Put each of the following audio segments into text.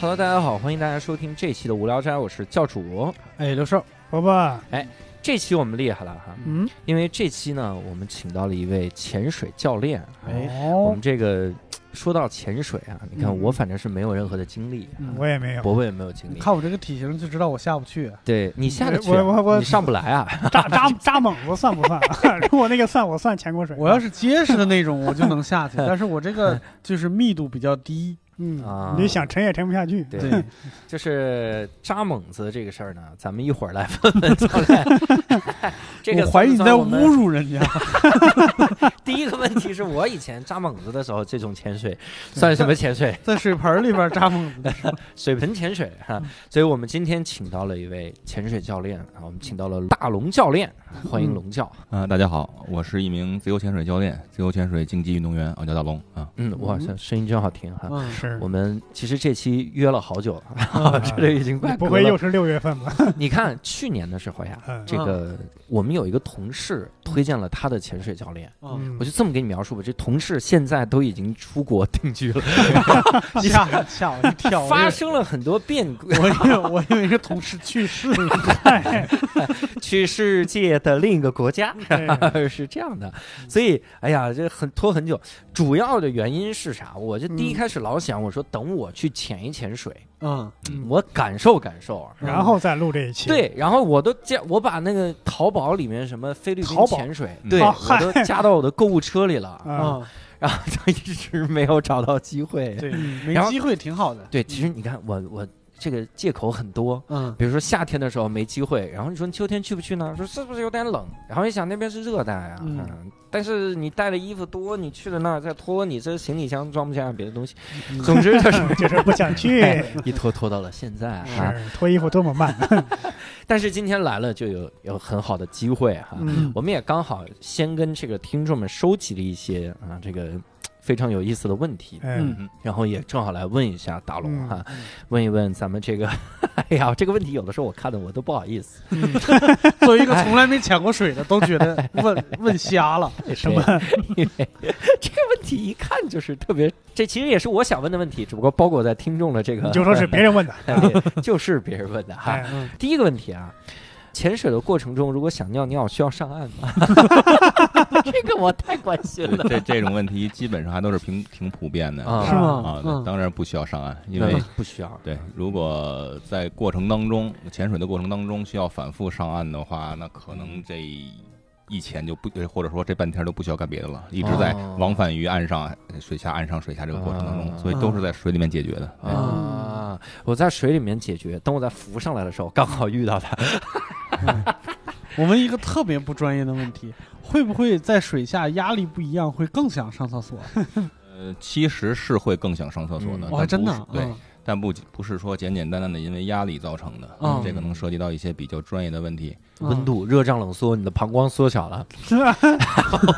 Hello，大家好，欢迎大家收听这期的无聊斋，我是教主。哎，刘寿，伯伯，这期我们厉害了哈，嗯，因为这期呢，我们请到了一位潜水教练。啊哎我哦们，这个说到潜水啊，你看嗯我反正是没有任何的经历，嗯我也没有，伯伯也没有经历。看我这个体型就知道我下不去。对你下得去啊，呃我我我你上不来 啊。扎扎扎猛子算不算？如果那个 算，我算潜过水。我要是结实的那种，我就能下去，但是我这个就是密度比较低。啊嗯，你想沉也沉不下去。对 对，就是扎猛子这个事儿呢，咱们一会儿来问问教 练。这个我怀疑你在算不算我侮们。辱人家。第一个问题是我以前扎猛子的时候，这种潜 水算什么潜水？在水盆里边扎猛子，水盆潜水哈、所以我们今天请到了一位潜水教练啊，我们请到了大龙教练，欢迎龙教。啊、大家好，我是一名自由潜水教练，自由潜水竞技运动员，我叫大龙 啊。嗯，哇塞，声音真好听哈、嗯， 是我，们其实这期约了好久了， 这个已经快你不隔会了又是六月份 吧？你看去年的时候呀，嗯这个我们有一个同事推荐了他的潜水教练，嗯， 我就这么给你描述吧，这同事现在都已经出 国定居了，吓吓我一跳。发生了很多变故，我以为我以为是同事去世了。去世界的另一个国家。 对是这样的，所以哎呀，这很拖很久。主要的原因是啥？我就第一嗯开始老想，我说等我去潜一潜水， 嗯，嗯我感受感受。啊嗯然后再录这一期。，对，然后我都加，我把那个淘宝里面什么菲律宾淘宝潜水，嗯对、哦我都加到我的购物车里了，啊，嗯， 然后就一直没有找到机会。对，然没后机会挺好的。对，其实你看我我这个借口很多，嗯，比如说夏天的时候没机会，然后你说你秋天去不去呢？说是不是有点冷？然后一想那边是热带啊，嗯但是你带的衣服多，你去了那儿再脱，你这行李箱装不下别的东西。嗯总之 就是哎就是不 想去。一拖拖到了现在啊。是脱衣服多么慢。啊 但是今天来了就有有很好的机会哈、嗯我们也刚好先跟这个听众们收集了一些啊这个。非常有意思的问题，嗯，然后也正好来问一下大龙嗯哈、嗯问一问咱们这个， 哎呀，这个问题有的时候我看的我都不好意思，作为一个从来没潜过水的，都觉得问问瞎了。什么？因为 这个问题一看就是特别，这其实也是我想问的问题，只不过包裹在听众的这个，你就 说是别人问的。啊人，就是别人问的哈。哎嗯，第一个问题啊，潜水的过程中如果想尿尿需要上岸 吗？这个我太关心了。这这种问题基本上还都是挺挺普遍的啊嗯是吗啊？嗯，当然不需要上岸，因为不需要，对，如果在过程当中潜水的过程当中需要反复上岸的话，那可能这一潜就不，或者说这半天都不需要干别的了，一直在哦往返于岸上、水下、岸上、水下这个过程当中，啊所以都是在水里面解决的。哎啊！我在水里面解决，等我再浮上来的时候，刚好遇到他。我问一个特别不专业的问 题，会不会在水下压力不一样，会更想上厕 所？呃，其实是会更想上厕所的嗯，但我还真不的是啊对，但不不是说简简单单的因为压力造成的，嗯这可能涉及到一些比较专业的问题。温。度、热胀冷缩，你的膀胱缩小了，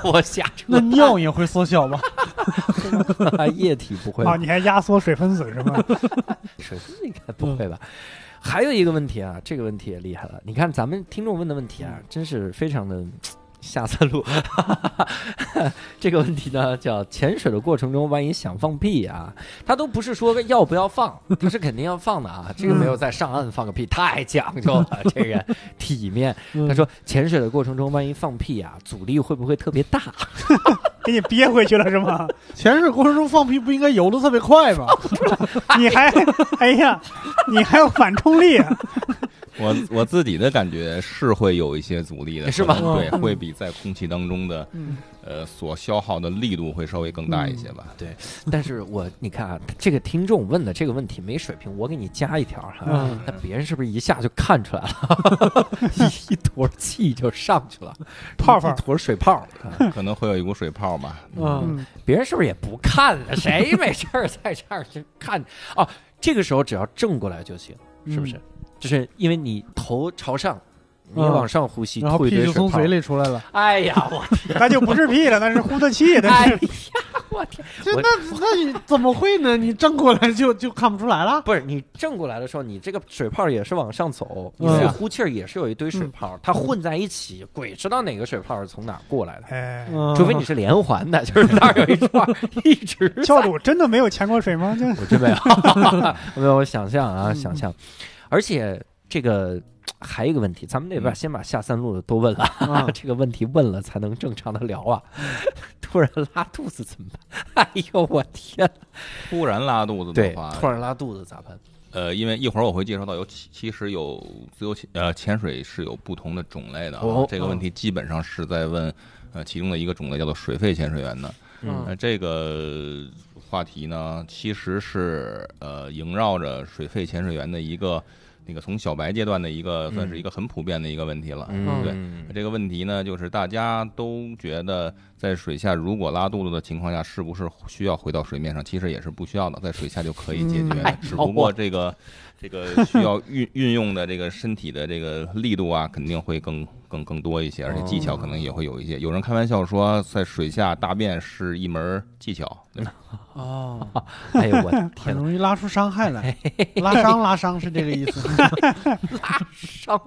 我吓住那尿也会缩小 吗？了，液体不会吧 哦，你还压缩水分子是吗？水分 应该不会吧？还有一个问题啊，这个问题也厉害了。你看咱们听众问的问题啊，真是非常的下三路。 这个问题呢，叫潜水的过程中，万一想放屁啊，他都不是说要不要放，他是肯定要放的啊。这个没有在上岸放个屁，太讲究了，这个人体面。嗯他说潜水的过程中，万一放屁啊，阻力会不会特别大？给你憋回去了 是吗？潜水过程中放屁不应该游的特别快吗？你还， 哎呀，你还有反冲力啊！ 我我自己的感觉是会有一些阻力的，是吧可能对，嗯会比在空气当中的嗯呃所消耗的力度会稍微更大一些吧。 但是我你看啊，这个听众问的这个问题没水平，我给你加一条哈、嗯那别人是不是一下就看出来了， 一一坨气就上去了，泡泡一坨水 泡。可能会有一股水泡吧。嗯，别人是不是也不看啊？谁没事儿在这儿就看？哦，这个时候只要正过来就行，嗯是不是？就是因为你头朝上，你嗯往上呼吸， 然后吐一屁堆就水从泡嘴。里出来了。哎呀，我那就不是屁了，那是呼的气，那哎是呀，我天，这我那那你怎么会呢？你正过来就就看不出来了。不是你正过来的时候，你这个水泡也是往上走，你嗯去呼气儿也是有一堆水泡，它混在一起，鬼知道哪个水泡是从哪儿过来的。哎，嗯除非你是连环的，就是那儿有一串儿 一直教主真的没有潜过水吗？这我真 没有，没有，我想象啊，想象。而且这个还有一个问题，咱们得把嗯先把下三路的都问了，啊 这个问题问了才能正常的聊啊。 突然拉肚子怎么办？ 哎呦，我天！ 突然拉肚子对的话，，突然拉肚子咋办？呃，因为一会儿我会介绍到有其其实有自由潜呃潜水是有不同的种类的、啊哦这个问题基本上是在问呃其中的一个种类叫做水肺潜水员的。嗯那、呃这个话题呢，其实是呃萦绕着水肺潜水员的一个那个从小白阶段的一个算是一个很普遍的一个问题了。对，嗯，这个问题呢，就是大家都觉得在水下如果拉肚子的情况下，是不是需要回到水面上？其实也是不需要的，在水下就可以解决嗯哎的，只不过这个这个需要运运用的这个身体的这个力度啊，肯定会更更更多一些，而且技巧可能也会有一些。有人开玩笑说，在水下大便是一门技巧，对吧？哦，哎呦，我的很天哪，容易拉出伤害来，拉伤拉伤是这个意 思。拉伤！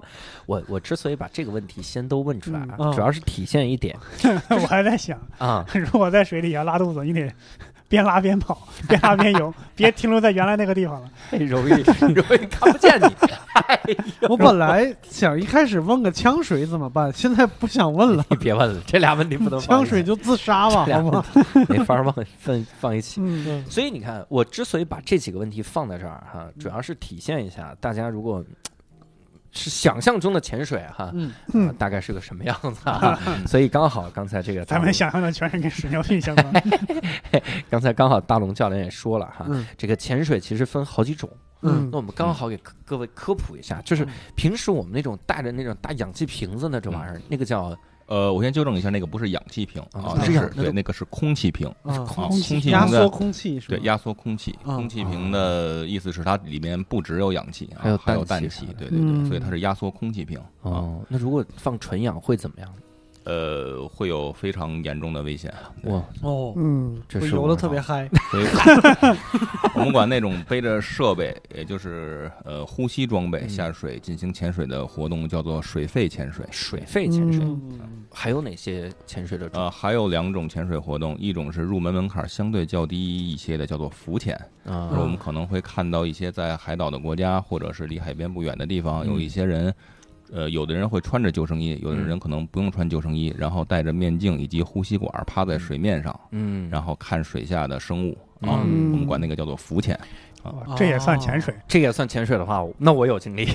我我之所以把这个问题先都问出来啊嗯，啊主要是体现一点 我还在想，啊， 如果在水底下拉肚子，你得 边拉边跑， 边拉边 游，别停留在原来那个地哦方了。哎容 易容易看不见你。哎呦，我本来想一开始问个呛水怎么办，现在不想问 了，你别问了，这俩问题不能放呛一起水就自杀吧，这俩好吗？ 没法儿放放放一起。嗯，所以你看，我之所以把这几个问题放在这儿哈，主要是体现一下大家如果是想象中的潜水哈，嗯，嗯啊大概是个什么样子啊？所以刚好刚才这个大咱龙们想象的全是跟屎尿屁相 关。刚才刚好大龙教练也说了哈，嗯这个潜水其实分好几种。嗯那我们刚好给各各位科普一下，就是平时我们那种带着那种大氧气瓶子那种玩意儿，那个叫呃，我先纠正一下，那个不是氧气瓶啊啊，不那是氧对，那个是空气瓶，啊，啊空气空气压瓶缩的。空气是吧对，？压缩空气，啊空气瓶的意思是它里面不只有氧气啊，还有还有氮氮气气啥的，对对对，嗯所以它是压缩空气瓶啊，哦，那如果放纯氧会怎么样？呃，会有非常严重的危险。啊对哇，哦，嗯，这我是游我的特别嗨，所以 我们管那种背着设备，也就是呃呼吸装备嗯下水进行潜水的活动叫做水肺潜水。水肺潜水，嗯还有哪些潜水的种？呃，还有两种潜水活动，一种是入门门槛相对较低一些的，叫做浮潜。啊嗯我们可能会看到一些在海岛的国家，或者是离海边不远的地方，有一些人，呃，有的人会穿着救生衣，有的人可能不用穿救生衣，然后戴着面镜以及呼吸管趴在水面上，嗯，然后看水下的生物啊。嗯我们管那个叫做浮潜。哇这也算潜水。这也算潜水的话，我那我有经历，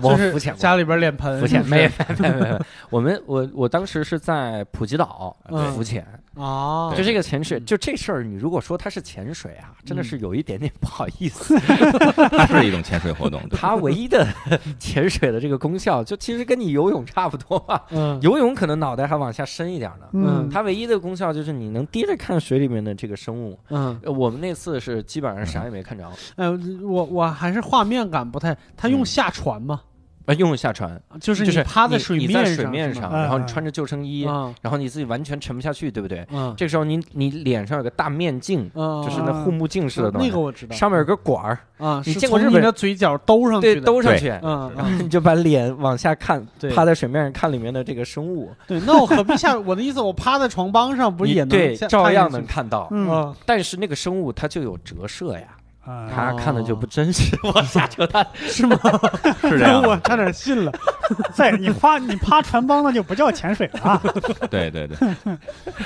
我就是嗯浮潜过，家里边脸盆浮潜是不没是没没没没，我们我我当时是在普吉岛嗯浮潜，啊，就这个潜水，嗯就这事儿，你如果说它是潜水啊，真的是有一点点不好意思。它是一种潜水活动。 对它唯一的 潜水的这个功效，就其实跟你游泳差不多嘛，嗯游泳可能脑袋还往下深一点呢。嗯它唯一的功效就是你能盯着看水里面的这个生物。嗯，呃我们那次是基本上啥也没看着，哎，我我还是画面感不太，他用嗯下船吗？呃，用下船，就是就是你趴在你水你面在水面是上，吗嗯然后你穿着救生衣，啊然后你自己完全沉不下去，对不对？嗯，这个时候你你脸上有个大面镜，嗯就是那护目镜似的东西，那个我知道上面有个管儿，啊，你是见过从日本你的嘴角兜上去对，的兜上去，嗯然后 嗯，你就把脸往下看，对趴在水面上看里面的这个生物，对，那我何必下？我的意思，我趴在床帮上不是你也能对，下照样看能看到。见嗯吗但是那个生物它就有折射呀，哦啊， 它看的就不真实。 我瞎扯淡，啊？是吗？是这 样的啊我差点信了。在你趴你趴船帮了就不叫潜水了啊， 对对对，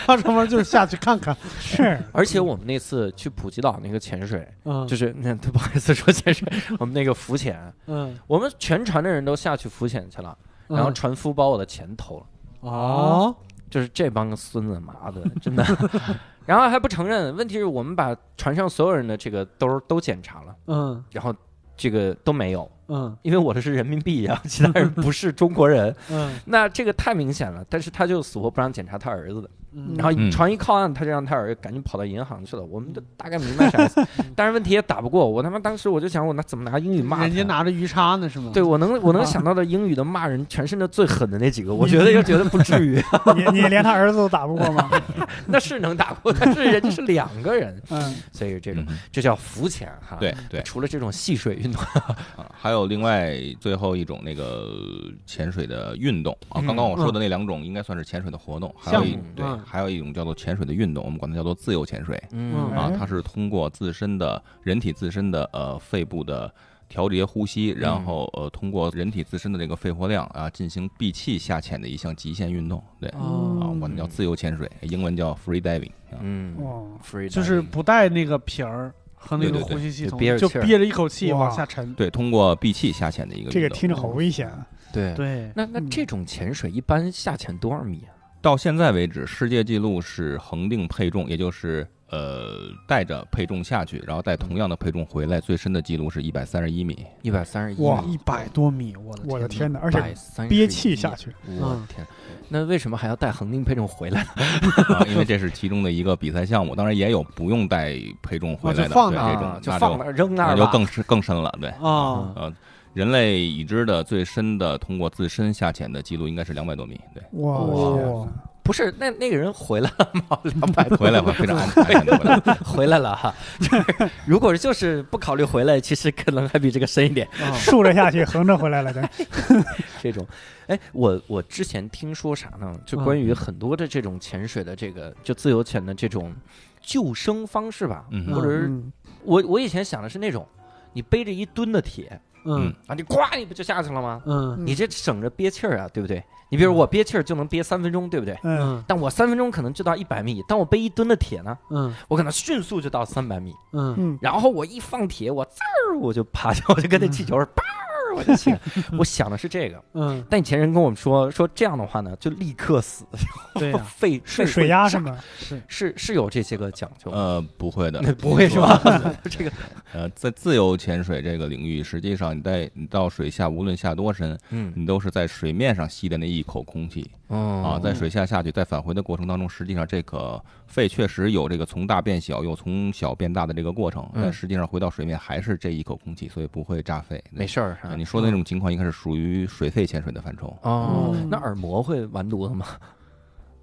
趴床帮就是下去看看。是而且我们那次去普吉岛那个潜水，嗯，就是那 不好意思说潜水，我们那个浮潜，嗯，我们全船的人都下去浮潜去了，嗯然后船夫把我的钱偷了。哦，就是这帮孙子，妈的，真的。 然后还不承认，问题是我们把船上所有人的这个兜儿都检查了，嗯然后这个都没有，嗯因为我的是人民币然后其他人不是中国人，嗯那这个太明显了。但是他就死活不让检查他儿子的，嗯然后嗯船一靠岸，他就让他儿子赶紧跑到银行去了。我们就大概明白啥意 思，但是问题也打不过我。他妈当时我就想，我拿怎么拿英语骂他人家拿着鱼叉呢是吗？对，我能我能想到的英语的骂人，全是那最狠的那几个，我觉得又觉得不至于，你你连他儿子都打不 过吗？ 那是能打过，但是人家是两个人，嗯，所以这种嗯这叫浮潜哈。，对对，除了这种戏水运动，啊还有另外最后一种那个潜水的运动啊，嗯刚刚我说的那两种应该算是潜水的活动，还有项一目对嗯，还有一种叫做潜水的运动，我们管它叫做自由潜水嗯啊哎，它是通过自身的人体自身的呃肺部的。调节呼吸，然后呃，通过人体自身的这个肺活量啊，进行闭气下潜的一项极限运动。对啊，哦，我们叫自由潜水，英文叫 free diving 啊。嗯哦， ，free 就是不带那个瓶儿和那对个对对呼吸系就统，憋着就气儿憋着一口气哇往下沉。对，通过闭气下潜的一个运动。这个听着好危险啊！对。嗯对，那那这种潜水一般下潜多少米啊？到现在为止，世界纪录是恒定配重，也就是呃带着配重下去，然后带同样的配重回来，最深的记录是一百三十一 米。一百三十一哇米，一百多米，我的我的天天哪，而且且憋气下，去，我嗯的天！那为什么还要带恒定配重回来呢？啊，因为这是其中的一个比赛项目，当然也有不用带配重回来啊的，就对这种那啊就放那儿放那儿扔那那儿就吧更深更深了。对，啊！呃，人类已知的最深的通过自身下潜的记录应该是两百多米。对，哇哇天哪不是那那个人回来了 吗？两百多回来会非常安全安全的回来。回来了哈。 就是如果就是不考虑回来，其实可能还比这个深一点。啊竖着下去，横着回来了，真这种，哎，我我之前听说啥呢？就关嗯于很多的这种潜水的这个，就自由潜的这种救生方式吧， 嗯或者是嗯我我以前想的是那种，你背着一吨的铁嗯啊，你咵你不就下去了吗？嗯你这省着憋气儿啊，对不对？你比如我憋气儿就能憋三分钟，对不对？嗯，嗯但我三分钟可能就到一百米，但我背一吨的铁呢，嗯我可能迅速就到三百米，嗯嗯，然后我一放铁，我滋儿我就爬 下，我就跟那气球似的，叭儿我就起来。我想的是这个，嗯，但以前人跟我们说说这样的话呢，就立刻死，对啊呀，肺是肺水会压炸是吗？是是是有这些个讲究，呃，不会的，不会是吧？ 这个呃，在自由潜水这个领域，实际上你在你到水下，无论下多深，嗯你都是在水面上吸的那一口空气啊，哦在水下下去，在返回的过程当中，实际上这个肺确实有这个从大变小又从小变大的这个过程，嗯但实际上回到水面还是这一口空气，所以不会炸肺。没事儿啊，哈你。说的那种情况应该是属于水肺潜水的范畴。哦嗯，那耳膜会完犊子吗？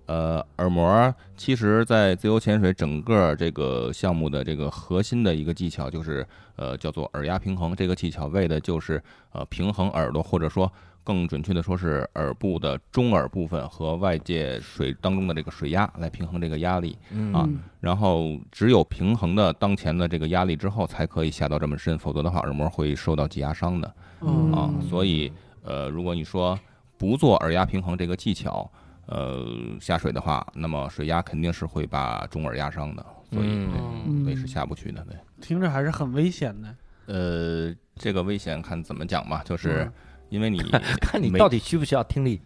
呃，耳膜其实，在自由潜水整个这个项目的这个核心的一个技巧，就是呃，叫做耳压平衡。这个技巧为的就是呃，平衡耳朵，或者说更准确的说是耳部的中耳部分和外界水当中的这个水压来平衡这个压力。啊嗯然后，只有平衡的当前的这个压力之后，才可以下到这么深，否则的话，耳膜会受到挤压伤的。 嗯啊嗯，所以呃，如果你说不做耳压平衡这个技巧，呃，下水的话，那么水压肯定是会把中耳压伤的，所以、嗯对，嗯所以是下不去的。对，听着还是很危险的。呃，这个危险看怎么讲吧，就是嗯因为你看你 没到底需不需要听力，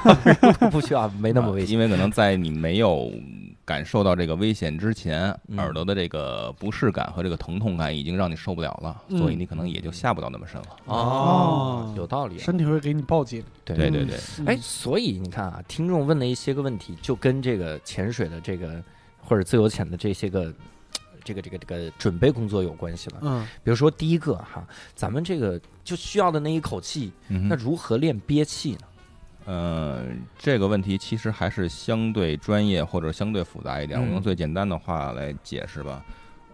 不需要，没那么危啊险。因为可能在你没有感受到这个危险之前，嗯耳朵的这个不适感和这个疼痛感已经让你受不了了，所以嗯你可能也就下不到那么深了。哦有道理啊。身体会给你报警。对对对，哎，嗯，所以你看啊，听众问的一些个问题，就跟这个潜水的这个或者自由潜的这些个。这个这个这个准备工作有关系了，嗯比如说第一个哈，咱们这个就需要的那一口气，嗯哼那如何练憋气呢？呃，这个问题其实还是相对专业或者相对复杂一点，嗯我用最简单的话来解释吧。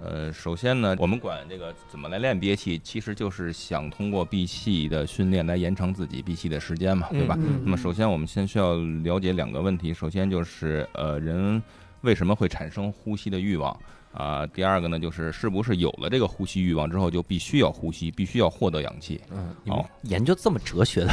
呃，首先呢，我们管这个怎么来练憋气，其实就是想通过闭气的训练来延长自己闭气的时间嘛，对吧？嗯那么首先我们先需要了解两个问题，首先就是呃人为什么会产生呼吸的欲望啊、第二个呢就是是不是有了这个呼吸欲望之后就必须要呼吸，必须要获得氧气。嗯，你们好研究这么哲学的，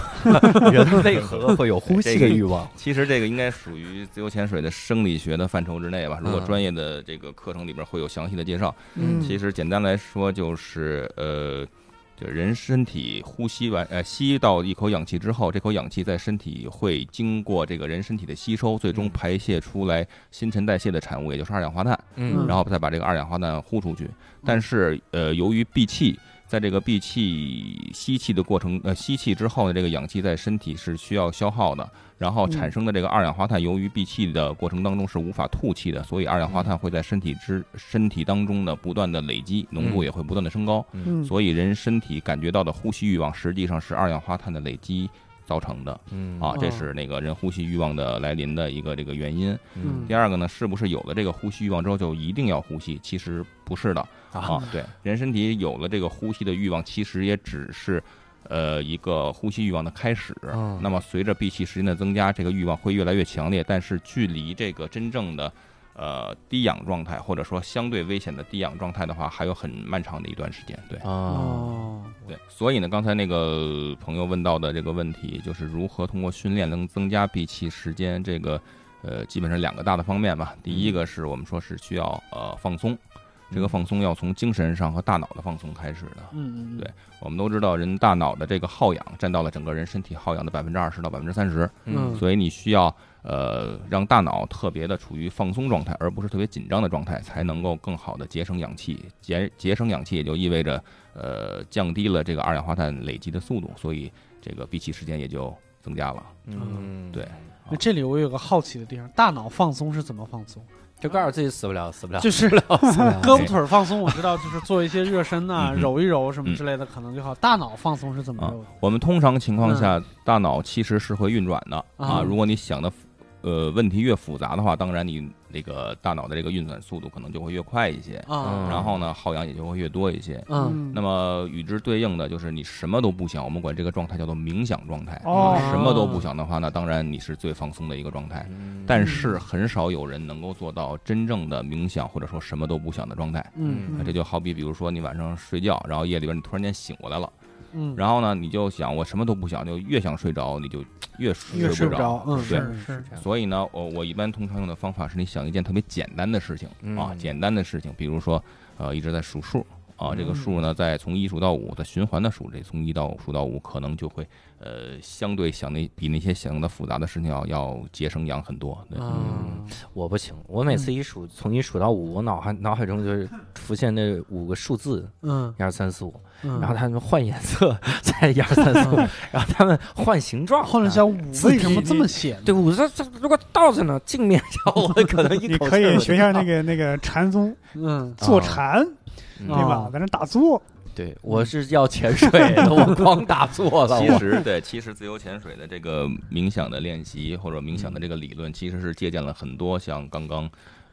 人为何会有呼吸的欲望？其实这个应该属于自由潜水的生理学的范畴之内吧。如果嗯专业的这个课程里边会有详细的介绍。嗯其实简单来说就是呃。就人身体呼吸完，呃，吸到一口氧气之后，这口氧气在身体会经过这个人身体的吸收，最终嗯排泄出来新陈代谢的产物，也就是二氧化碳，嗯然后再把这个二氧化碳呼出去。但是，呃，由于闭气在这个闭气吸气的过程，呃，吸气之后呢，这个氧气在身体是需要消耗的，然后产生的这个二氧化碳，由于闭气的过程当中是无法吐气的，所以二氧化碳会在身体之身体当中呢不断的累积，浓度也会不断的升高，嗯，所以人身体感觉到的呼吸欲望实际上是二氧化碳的累积造成的嗯啊，这哦是那个人呼吸欲望的来临的一个这个原因。嗯第二个呢，是不是有了这个呼吸欲望之后就一定要呼吸？其实不是的啊，对，人身体有了这个呼吸的欲望，其实也只是。呃，一个呼吸欲望的开始，嗯那么随着闭气时间的增加，这个欲望会越来越强烈，但是距离这个真正的呃低氧状态，或者说相对危险的低氧状态的话，还有很漫长的一段时间。对，啊，哦，对，所以呢，刚才那个朋友问到的这个问题，就是如何通过训练能增加闭气时间，这个呃，基本上两个大的方面吧。第一个是我们说是需要呃放松，这个放松要从精神上和大脑的放松开始的。嗯嗯，嗯对，我们都知道，人大脑的这个耗氧占到了整个人身体耗氧的百分之二十到百分之三十，嗯所以你需要呃让大脑特别的处于放松状态，而不是特别紧张的状态，才能够更好的节省氧气。节节省氧气也就意味着呃降低了这个二氧化碳累积的速度，所以这个闭气时间也就增加了。嗯，对，那这里我有个好奇的地方，大脑放松是怎么放松？就告诉自己死不了，死不了，就是胳 胳膊腿儿放松，我知道就是做一些热身呐、嗯嗯揉一揉什么之类的，可能就好。大脑放松是怎么揉的？我们通常情况下，大脑其实是会运转的啊。啊如果你想的呃问题越复杂的话，当然你那个大脑的这个运转速度可能就会越快一些，嗯啊，然后呢耗氧也就会越多一些。嗯，啊那么与之对应的就是你什么都不想，我们管这个状态叫做冥想状态。哦什么都不想的话，那当然你是最放松的一个状嗯态。但是很少有人能够做到真正的冥想，或者说什么都不想的状态。嗯那这就好比，比如说你晚上睡觉，然后夜里边你突然间醒过来了，嗯，然后呢，你就想我什么都不想，就越想睡着，你就越睡越睡不不着。着，嗯，对是是，所以呢，我我一般通常用的方法是你想一件特别简单的事情啊，嗯简单的事情，比如说呃一直在数数啊，这个嗯数呢在从一数到五的循环的数，这从一到数到五可能就会呃相对想那比那些想的复杂的事情要要节省氧很多。对，啊，我不行，我每次一数从一数到五，我脑海脑海中就是浮现那五个数字，嗯，一二三四五，嗯然后他们换颜色，再一二三四五，然后他们换形状，换了一下五字为什么体这么写呢？对，我这这如果倒着呢，镜面 上我可能一你口可气儿以我学一就下那个那个禅宗嗯，坐啊禅，嗯对吧？在那打坐，对，我是要潜水的，我光打 坐了，其我实对，其实自由潜水的这个冥想的练习或者冥想的这个理论，其实是借鉴了很多像刚刚。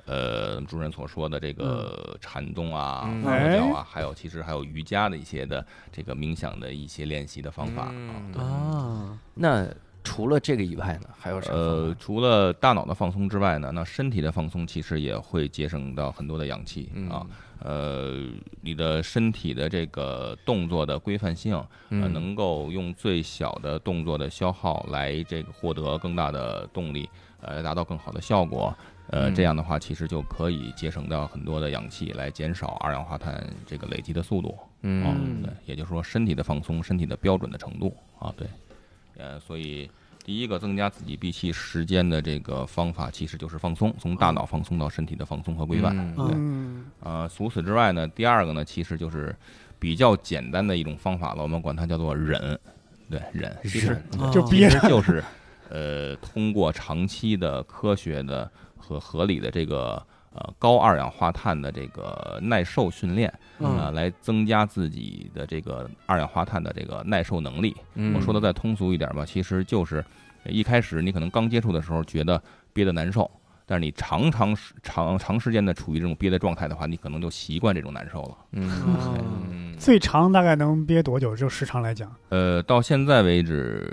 呃，主任所说的这个禅宗啊、嗯佛教啊，还有其实还有瑜伽的一些的这个冥想的一些练习的方法啊。嗯对啊，那除了这个以外呢，还有啥方法？呃，除了大脑的放松之外呢，那身体的放松其实也会节省到很多的氧气嗯啊。，呃，你的身体的这个动作的规范性，呃，嗯能够用最小的动作的消耗来这个获得更大的动力，呃，达到更好的效果。呃，嗯这样的话，其实就可以节省到很多的氧气，来减少二氧化碳这个累积的速度。啊嗯对，也就是说身体的放松，身体的标准的程度啊，对，呃，所以第一个增加自己闭气时间的这个方法，其实就是放松，从大脑放松到身体的放松和规范。嗯嗯嗯，呃，除此之外呢，第二个呢，其实就是比较简单的一种方法了，我们管它叫做忍，对，忍，其实嗯啊就其憋实就是 呃，通过长期的科学的和合理的这个呃高二氧化碳的这个耐受训练。啊，嗯来增加自己的这个二氧化碳的这个耐受能力。嗯我说的再通俗一点吧，其实就是一开始你可能刚接触的时候觉得憋得难受，但是你常常时长长时间的处于这种憋的状态的话，你可能就习惯这种难受了。嗯嗯最长大概能憋多久？就时长来讲，呃，到现在为止。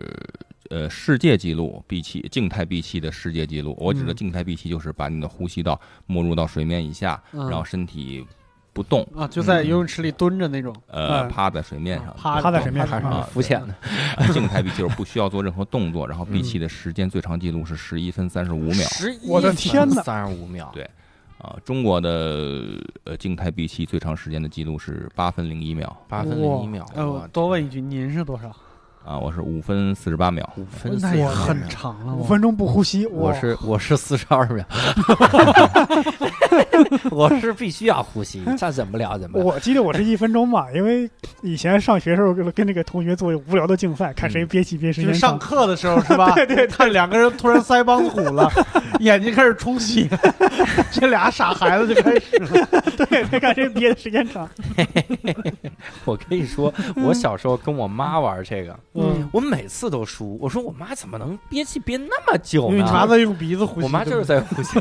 呃，世界纪录闭气静态闭气的世界纪录，我指的嗯静态闭气就是把你的呼吸道没入到水面以下，嗯然后身体不动，啊，就在游泳池里蹲着那种，呃，嗯趴在水面上，趴趴在着水面上啊嗯浮潜的， 静态闭气就是不需要做任何动作，然后闭气的时间最长记录是十一分三十五秒。 11我的天哪三十五秒，对啊，中国的呃静态闭气最长时间的记录是八分零一秒。哎八分零一秒，呃，我多问一句，您是多少？啊，我是五分四十八秒，五分那也四很长了。五啊我分钟不呼吸，我哇是我是四十二秒， 我是必须要呼吸，这忍不了忍不了。我记得我是一分钟吧，因为以前上学时候跟跟那个同学做无聊的竞赛，看谁憋气憋时就是间上长。课的时候是吧？ 对对，看两个人突然腮帮子鼓 了，眼睛开始充血，这俩傻孩子就开始了。对， 看谁憋的时间长。我跟你说，我嗯小时候跟我妈玩这个，嗯我每次都输。我说我妈怎么能憋气憋那么久因为你妈呢？在用鼻子呼吸，我妈就是对在呼吸，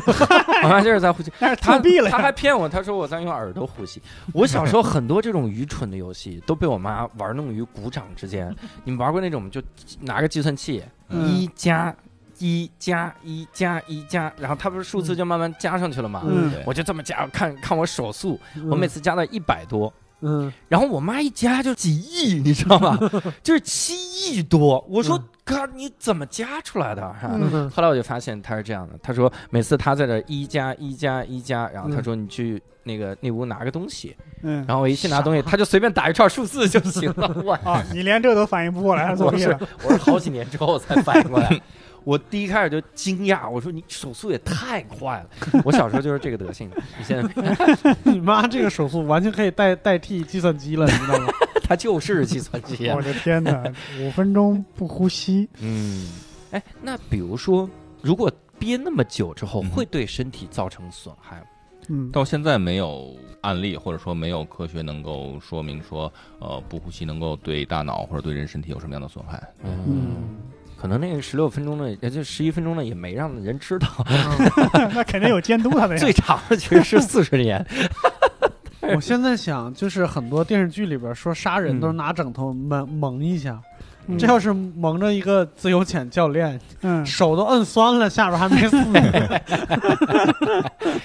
我妈就是在呼吸。但是她作弊了她呀，还骗我，她说我在用耳朵呼吸。我小时候很多这种愚蠢的游戏都被我妈玩弄于股掌之间。你们玩过那种就拿个计算器，不嗯对一加一加一加一加，然后它不是数嗯字就慢慢加上去了嘛？嗯对我就这么加，看看我手速，嗯，我每次加到一百多，嗯然后我妈一加就几亿，你知道吗？ 就是七亿多。我说嗯哥，你怎么加出来的？啊哈嗯嗯后来我就发现他是这样的，他说每次他在这一加一加一加，然后他说你去那个那屋拿个东西，嗯然后我一去拿东西，他就随便打一串数字就行了。我啊，你连这都反应不过来，还作我弊是了。我是好几年之后才反应过来。我第一开始就惊讶，我说你手速也太快了。我小时候就是这个德性，你现在你妈这个手速完全可以代代替计算机了，你知道 吗？他就是计算机、啊 我的天哪，五分钟不呼吸，嗯，哎，那比如说，如果憋那么久之后，嗯哼会对身体造成损害吗？嗯，到现在没有案例，或者说没有科学能够说明说，呃，不呼吸能够对大脑或者对人身体有什么样的损害。嗯，可能那个十六分钟的，也就十一分钟的，也没让人知道。嗯那肯定有监督他们呀最。长的其实是四十 年。我现在想，就是很多电视剧里边说杀人嗯都是拿枕头蒙蒙一下，嗯这要是蒙着一个自由潜教练，嗯，手都摁酸了，下边还没死 呢，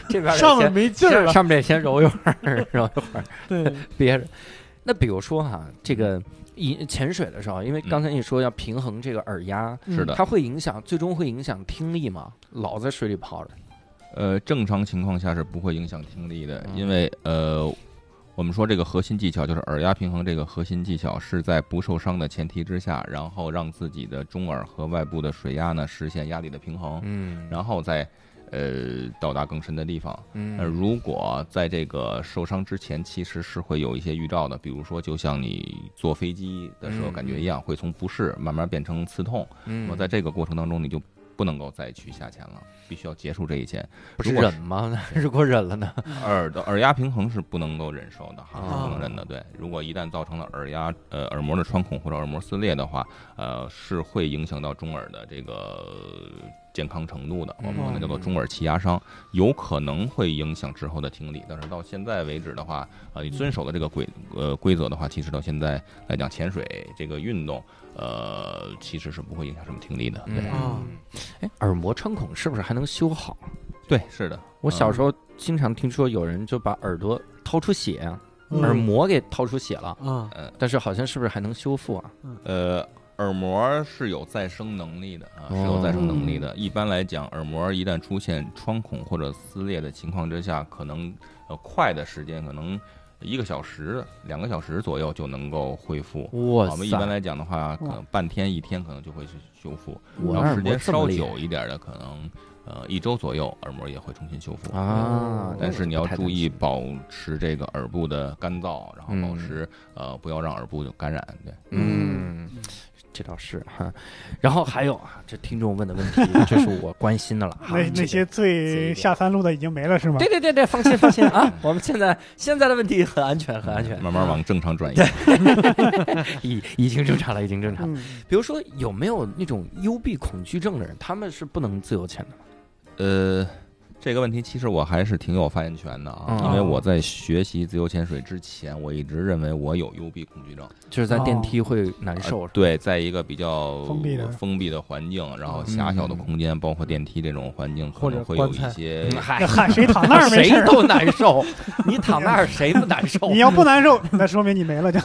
这边儿上面先没劲儿了。上面得先揉一会 儿，揉一会儿，对， 憋着。那比如说哈，这个一潜水的时候，因嗯为刚才你说要平衡这个耳压，是的，它会影响，最终会影响听力嘛？老在水里泡着，呃，正常情况下是不会影响听力的，嗯因为呃，我们说这个核心技巧就是耳压平衡，这个核心技巧是在不受伤的前提之下，然后让自己的中耳和外部的水压呢实现压力的平衡，嗯哦然后再呃到达更深的地方。呃，嗯如果在这个受伤之前，其实是会有一些预兆的，比如说，就像你坐飞机的时候嗯感觉一样，会从不适慢慢变成刺痛。嗯我在这个过程当中，你就不能够再去下潜了，必须要结束这一切。不是如果忍吗？ 如果忍了呢？嗯耳的耳压平衡是不能够忍受的哈，啊是不能忍的。对，如果一旦造成了耳压呃耳膜的穿孔或者耳膜撕裂的话，呃是会影响到中耳的这个健康程度的，我们管它叫嗯做中耳气压伤，有可能会影响之后的听力。但是到现在为止的话，呃，你遵守的这个规呃规则的话，其实到现在来讲，潜水这个运动，呃，其实是不会影响什么听力的。对，啊嗯哎，耳膜穿孔是不是还能修好？对，是的。我小嗯时候经常听说有人就把耳朵掏出血啊，嗯耳膜给掏出血了，啊，但是好像是不是还能修复啊？呃，耳膜是有再生能力的啊，哦是有再生能力的。一般来讲，耳膜一旦出现穿孔或者撕裂的情况之下，可能呃快的时间可能一个小时、两个小时左右就能够恢复。哇我们一般塞，来讲的话，可能半天一天可能就会去修复，我然后耳时膜间这么稍厉久一点的，可能呃一周左右，耳膜也会重新修复害。啊！但是你要不太注担意心保持这个耳部的干燥，然后保嗯持、呃不要让耳部有感染。对，嗯嗯，这倒是哈。然后还有啊，这听众问的问 题，这是我关心的了哈。那这个那些最下三路的已经没了是吗？对对对对，放心放心 啊！我们现在现在的问题很安全，很安全，慢慢往正常转移。已已经正常了，已经正常了。嗯，比如说，有没有那种幽闭恐惧症的人，他们是不能自由潜的吗？呃，这个问题其实我还是挺有发言权的啊，嗯因为我在学习自由潜水之前，我一直认为我有幽闭恐惧症，就是在电梯会难受，是啊吧对，在一个比较封闭的封闭的环境，然后狭小的空间，包括电梯这种环境，可或者能会有棺材一些嗯。嗨那，喊谁躺那儿没事谁儿。都嗯难受，你躺那儿谁不难受？ 你要不难受，那说明你没了就。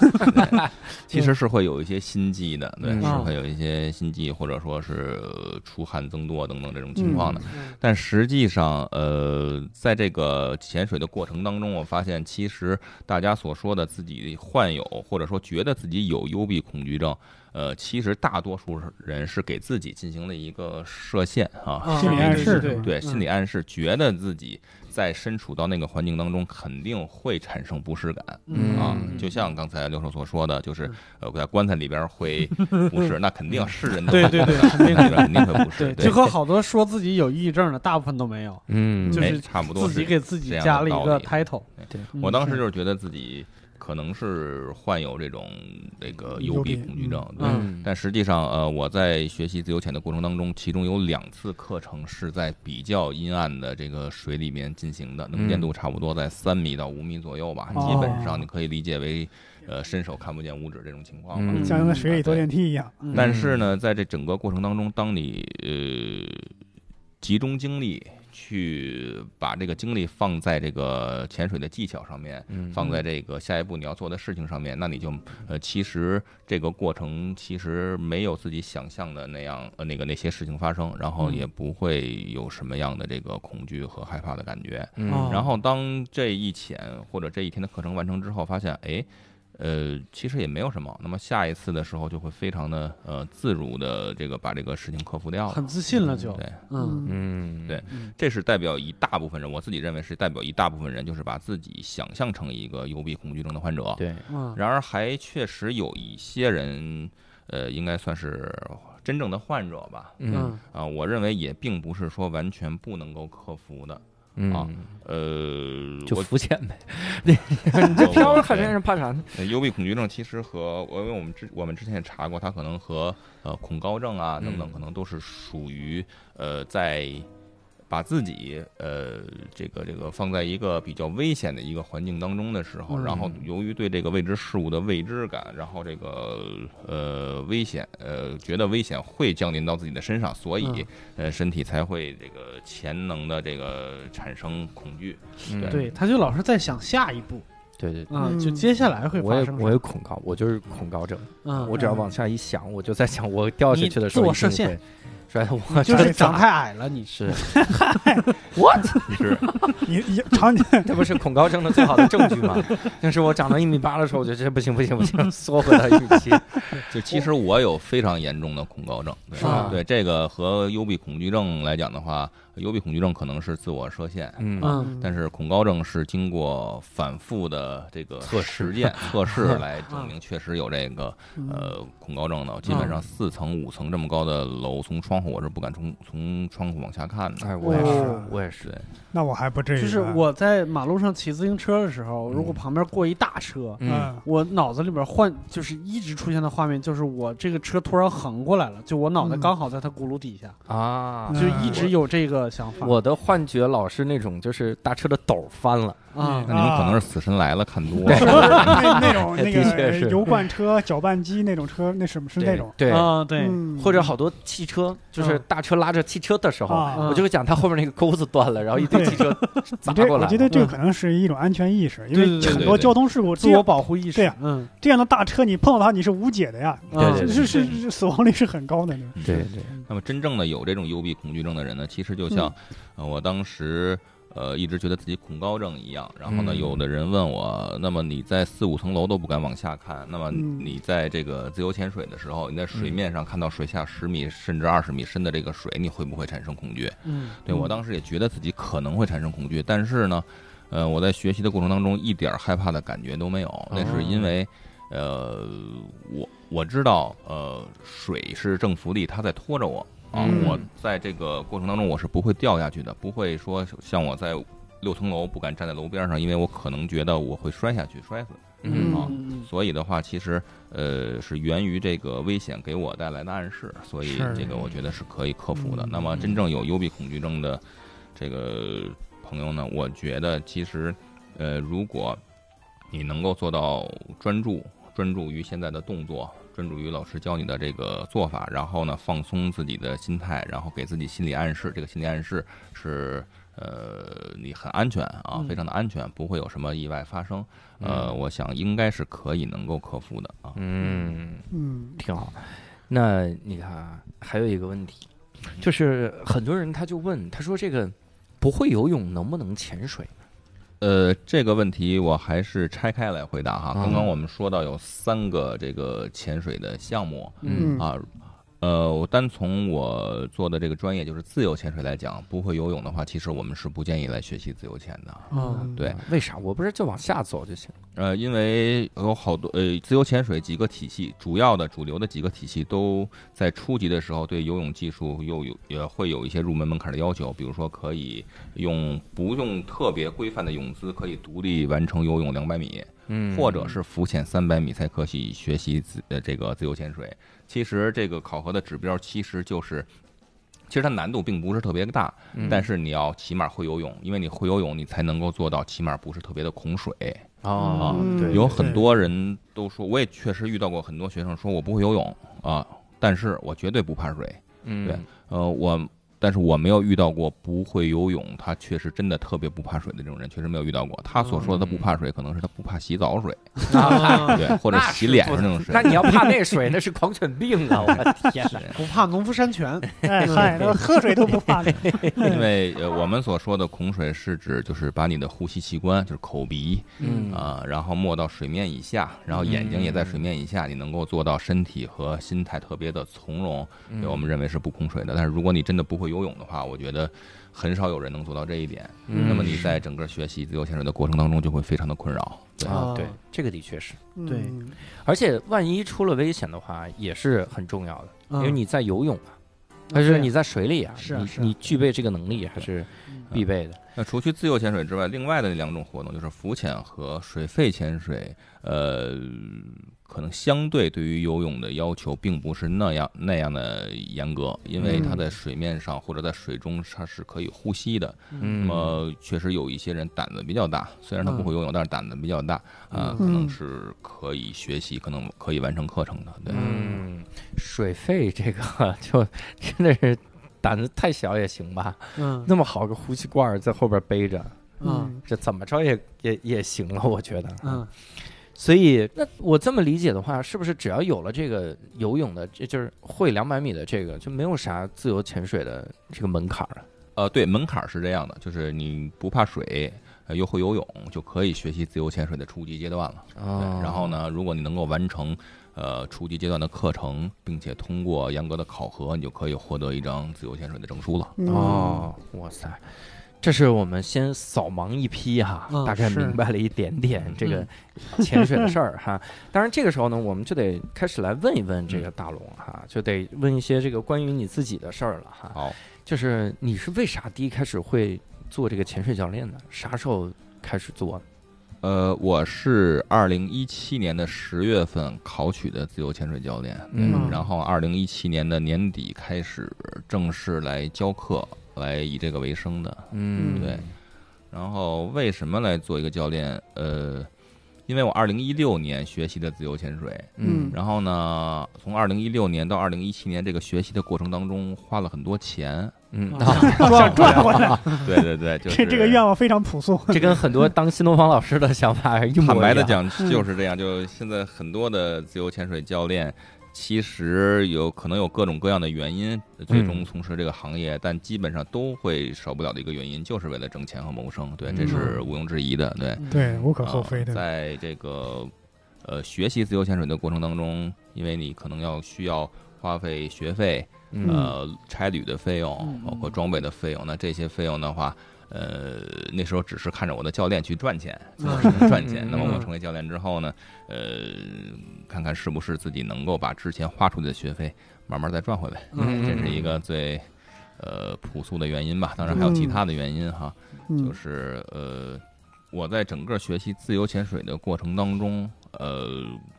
其实是会有一些心悸的，对，嗯是啊会有一些心悸，或者说是呃出汗增多等等这种情况的。嗯但实际上，呢，呃，在这个潜水的过程当中，我发现其实大家所说的自己患有或者说觉得自己有幽闭恐惧症，呃，其实大多数人是给自己进行了一个设限啊，心理暗示对对，嗯心理暗示，觉得自己在身处到那个环境当中肯定会产生不适感，嗯啊嗯，就像刚才刘叔所说的，就是嗯呃，在棺材里边会不 是，那肯定是人的， 对对 对肯定肯定会不适，对，就和好多说自己有抑郁症的，大部分都没有，嗯就哎是差不多自己是。给自己这样的加了道一个理 title。对嗯我当时是就是觉得自己可能是患有这种这个幽幽闭闭恐惧症，对。嗯，但实际上，呃，我在学习自由潜的过程当中，其中有两次课程是在比较阴暗的这个水里面进行的，能见度差不多在三米到五米左右吧，哦基本上你可以理解为，呃，伸手看不见五指这种情况吧。嗯像在水里走电梯一样，嗯但是呢，在这整个过程当中，当你呃集中精力去把这个精力放在这个潜水的技巧上面，嗯放在这个下一步你要做的事情上面，那你就呃，其实这个过程其实没有自己想象的那样呃那个那些事情发生，然后嗯也不会有什么样的这个恐惧和害怕的感觉。嗯哦然后当这一潜或者这一天的课程完成之后，发现哎，呃，其实也没有什么。那么下一次的时候就会非常的呃自如的这个把这个事情克服掉了。很自信了就，对，嗯，嗯对嗯这是代表一大部分人，我自己认为是代表一大部分人，就是把自己想象成一个幽闭恐惧症的患者。对，嗯然而还确实有一些人，呃，应该算是真正的患者吧。嗯啊、我认为也并不是说完全不能够克服的。啊嗯，呃，就我浮潜呗，你这漂着海面上怕啥呢？呃幽闭恐惧症其实和我因为我们之我们之前也查过，它可能和呃恐高症啊等等，嗯可能都是属于呃在把自己呃这个这个放在一个比较危险的一个环境当中的时候，嗯然后由于对这个未知事物的未知感，然后这个呃危险呃觉得危险会降临到自己的身上，所以、嗯呃身体才会这个潜能的这个产生恐惧。 嗯对，他就老是在想下一步，对对，啊，嗯就接下来会我发也生我什也么？恐高，我就是恐高症，嗯，我只要往下一想，我就在想我掉下去的时候你自一定我设限会摔得我就摔是长砸太矮了，你是，你是你你 长这不是恐高症的最好的证据吗？就是我长到一米八的时候，我就觉得这不行不行不行，缩回到一米七。就其实我有非常严重的恐高症，对是吧对这个和幽闭恐惧症来讲的话，幽闭恐惧症可能是自我设限，嗯嗯但是恐高症是经过反复的这个测试实践测试 来证明确实有这个嗯嗯呃恐高症的。基本上四层五层这么高的楼，从窗户我是不敢从从窗户往下看的。哎，我也是哦，我也是。那我还不至于，就是，我在马路上骑自行车的时候，如果嗯旁边过一大车，嗯嗯，我脑子里边幻就是一直出现的画面，就是我这个车突然横过来了，就我脑袋嗯刚好在它轱辘底下，啊嗯就一直有这个想法。我的幻觉老是那种，就是大车的斗翻了，啊那，你们可能是死神来了看多是不是了， 那那种那的确个是嗯油罐车、搅拌机那种车，那是不是那种？对，啊，对，嗯或者好多汽车，就是大车拉着汽车的时候，啊，嗯我就会讲它后面那个钩子断了，然后一堆汽车砸 你这过我来嗯觉。得这个可能是一种安全意识，因对为对对很多对对交通事故，自这我样保护意识对呀，嗯，这样的大车你碰到它你是无解的呀，对对啊对 是是是死亡率是很高的。嗯 对对，那么真正的有这种幽闭恐惧症的人呢，其实就像，呃，我当时。呃，一直觉得自己恐高症一样。然后呢，嗯有的人问我，那么你在四五层楼都不敢往下看，那么嗯你在这个自由潜水的时候，你在水面上看到水下十米甚至二十米深的这个水，你会不会产生恐惧？嗯，对嗯我当时也觉得自己可能会产生恐惧，但是呢，呃，我在学习的过程当中一点儿害怕的感觉都没有，那是哦因为，呃，我我知道，呃，水是正浮力，它在拖着我啊，嗯我在这个过程当中我是不会掉下去的，不会说像我在六层楼不敢站在楼边上，因为我可能觉得我会摔下去，摔死。嗯啊嗯所以的话，其实呃是源于这个危险给我带来的暗示，所以是这个我觉得是可以克服的。嗯那么真正有幽闭恐惧症的这个朋友呢，我觉得其实呃，如果你能够做到专注，专注于现在的动作。专注于老师教你的这个做法，然后呢，放松自己的心态，然后给自己心理暗示。这个心理暗示是，呃，你很安全啊，嗯非常的安全，不会有什么意外发生。呃，嗯我想应该是可以能够克服的啊。嗯，嗯挺好。那你看，啊，还有一个问题，就是很多人他就问，他说这个。不会游泳能不能潜水？呃，这个问题我还是拆开来回答哈。嗯刚刚我们说到有三个这个潜水的项目嗯啊，呃，我单从我做的这个专业就是自由潜水来讲，不会游泳的话，其实我们是不建议来学习自由潜的。啊，嗯对啊，为啥？我不是就往下走就行？呃，因为有好多呃，自由潜水几个体系，主要的主流的几个体系都在初级的时候对游泳技术又有也会有一些入门门槛的要求，比如说可以用不用特别规范的泳姿，可以独立完成游泳两百米，嗯或者是浮潜三百米才可以学习自呃这个自由潜水。其实这个考核的指标其实就是，其实它难度并不是特别大，嗯但是你要起码会游泳，因为你会游泳，你才能够做到起码不是特别的恐水。啊，嗯对，有很多人都说，我也确实遇到过很多学生说我不会游泳啊，但是我绝对不怕水。嗯 对呃，我但是我没有遇到过不会游泳，他确实真的特别不怕水的这种人，确实没有遇到过。他所说嗯的他不怕水，可能是他不怕洗澡水， 啊对，或者那洗是脸不上那种水那。你要怕那水，那是狂犬病啊！我的 天哪！不怕农夫山泉，哎嗨，那喝水都不怕的，因为呃，我们所说的恐水是指就是把你的呼吸器官，就是口鼻嗯啊、然后没到水面以下，然后眼睛也在水面以下，你能够做到身体和心态特别的从容，嗯对我们认为是不恐水的。但是如果你真的不会游泳的话，我觉得很少有人能做到这一点。嗯那么你在整个学习自由潜水的过程当中，就会非常的困扰。对，啊，对啊，这个的确是，对嗯而且万一出了危险的话，也是很重要的，因因为你在游泳啊，但是你在水里啊，嗯是啊你是啊嗯你具备这个能力还是必备的。那除去自由潜水之外，另外的两种活动就是浮潜和水肺潜水，呃，可能相对对于游泳的要求并不是那样那样的严格，因为它在水面上或者在水中它是可以呼吸的。那嗯么呃确实有一些人胆子比较大，虽然他不会游泳，但是胆子比较大啊嗯，可能是可以学习，可能可以完成课程的。对，嗯，水肺这个 就真的是胆子太小也行吧？嗯那么好个呼吸罐儿在后边背着，嗯嗯这怎么着也也也行了，我觉得。嗯，所以，那我这么理解的话，是不是只要有了这个游泳的，这就是会两百米的这个，就没有啥自由潜水的这个门槛儿了？呃，对，门槛儿是这样的，就是你不怕水，呃，又会游泳，就可以学习自由潜水的初级阶段了。啊哦对，然后？呢，如果你能够完成呃初级阶段的课程，并且通过严格的考核，你就可以获得一张自由潜水的证书了。嗯哦，哇塞，这是我们先扫盲一批哈，嗯大概是明白了一点点这个潜水的事儿 哈。当然，这个时候呢，我们就得开始来问一问这个大龙哈，就得问一些这个关于你自己的事儿了哈。好，就是你是为啥第一开始会做这个潜水教练呢？啥时候开始做的？呃，我是二零一七年的十月份考取的自由潜水教练，对嗯然后二零一七年的年底开始正式来教课，来以这个为生的。嗯对，然后为什么来做一个教练？呃，因为我二零一六年学习的自由潜水，嗯然后呢，从二零一六年到二零一七年这个学习的过程当中，花了很多钱。嗯，啊啊 想转过来，对对对，就是这这个愿望非常朴素。这跟很多当新东方老师的想法一模一 样。坦白的，讲就是这样。就现在很多的自由潜水教练，其实有可能有各种各样的原因，最终嗯从事这个行业，但基本上都会少不了的一个原因，就是为了挣钱和谋生。对，这是毋庸置疑的。嗯对，对，嗯无可啊厚非的。在这个呃学习自由潜水的过程当中，因为你可能要需要花费学费。嗯呃差旅的费用嗯，包括装备的费用。那这些费用的话，呃，那时候只是看着我的教练去赚钱，嗯我只能赚钱嗯。那么我嗯成为教练之后呢，呃，看看是不是自己能够把之前花出去的学费慢慢再赚回来，嗯嗯这是一个最。呃，朴素的原因吧，当然还有其他的原因哈，就嗯是呃，我在整个学习自由潜水的过程当中，呃，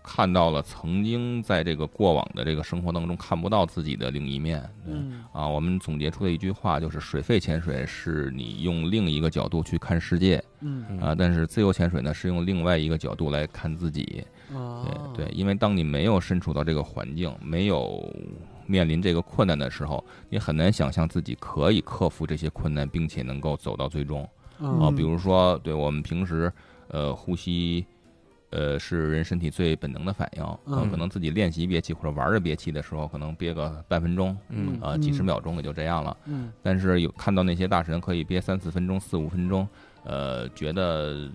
看到了曾经在这个过往的这个生活当中看不到自己的另一面，对嗯啊，我们总结出的一句话就是：水肺潜水是你用另一个角度去看世界嗯啊，但是自由潜水呢是用另外一个角度来看自己。啊，嗯对对，因为当你没有身处到这个环境，没有面临这个困难的时候，你很难想象自己可以克服这些困难，并且能够走到最终嗯啊。比如说，对我们平时呃呼吸呃，是人身体最本能的反应。呃嗯可能自己练习憋气或者玩着憋气的时候，可能憋个半分钟，嗯啊、几十嗯秒钟也就这样了。嗯但是有看到那些大神可以憋三四分钟、四五分钟，呃，觉得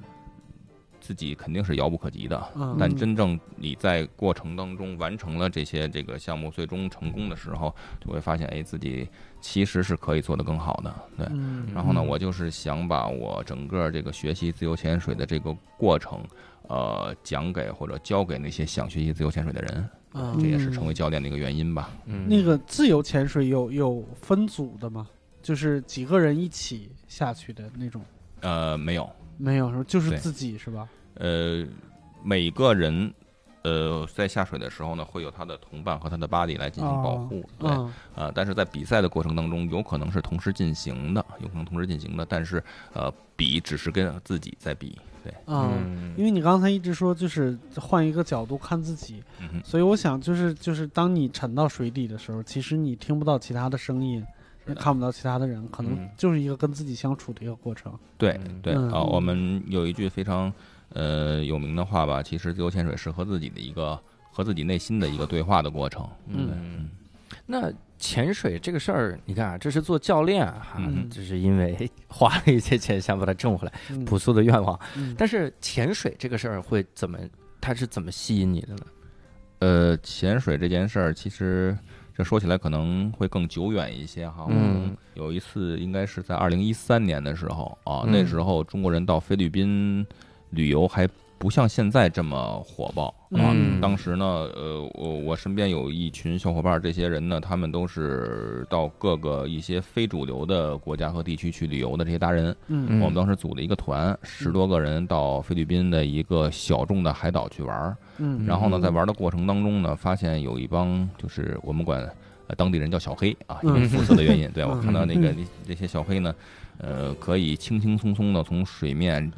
自己肯定是遥不可及的。嗯但真正你在过程当中完成了这些这个项目，最终成功的时候，就会发现，哎，自己其实是可以做得更好的。对，嗯然后呢，嗯我就是想把我整个这个学习自由潜水的这个过程，呃，讲给或者教给那些想学习自由潜水的人，啊这也是成为教练的一个原因吧。嗯那个自由潜水有有分组的吗？就是几个人一起下去的那种？呃，没有，没有，是吧就是对自己是吧？呃，每个人。呃，在下水的时候呢，会有他的同伴和他的 buddy 来进行保哦护。对，嗯呃，但是在比赛的过程当中，有可能是同时进行的，有可能同时进行的，但是呃，比只是跟自己在比，对，啊嗯，因为为你刚才一直说就是换一个角度看自己，嗯哼，所以我想就是就是当你沉到水底的时候，其实你听不到其他的声音，也是的看不到其他的人，可能嗯就是一个跟自己相处的一个过程。对嗯对啊、嗯我们有一句非常呃有名的话吧，其实自由潜水是和自己的一个和自己内心的一个对话的过程，对嗯，那潜水这个事儿，你看啊，这是做教练啊哈、嗯这是因为 花了一些钱想把它挣回来，嗯朴素的愿望。嗯但是潜水这个事儿会怎么？它是怎么吸引你的呢？呃，潜水这件事儿，其实这说起来可能会更久远一些哈。嗯，有一次应该是在二零一三年的时候啊，嗯那时候中国人到菲律宾旅游还不像现在这么火爆啊。嗯当时呢，呃，我我身边有一群小伙伴儿，这些人呢，他们都是到各个一些非主流的国家和地区去旅游的这些达人。嗯我们当时组了一个团，十多个人到菲律宾的一个小众的海岛去玩儿。嗯然后呢，嗯在玩的过程当中呢，发现有一帮就是我们管呃当地人叫小黑啊，因为嗯肤色的原因，对嗯我看到那个那这些小黑呢，呃，可以轻轻松松的从水面。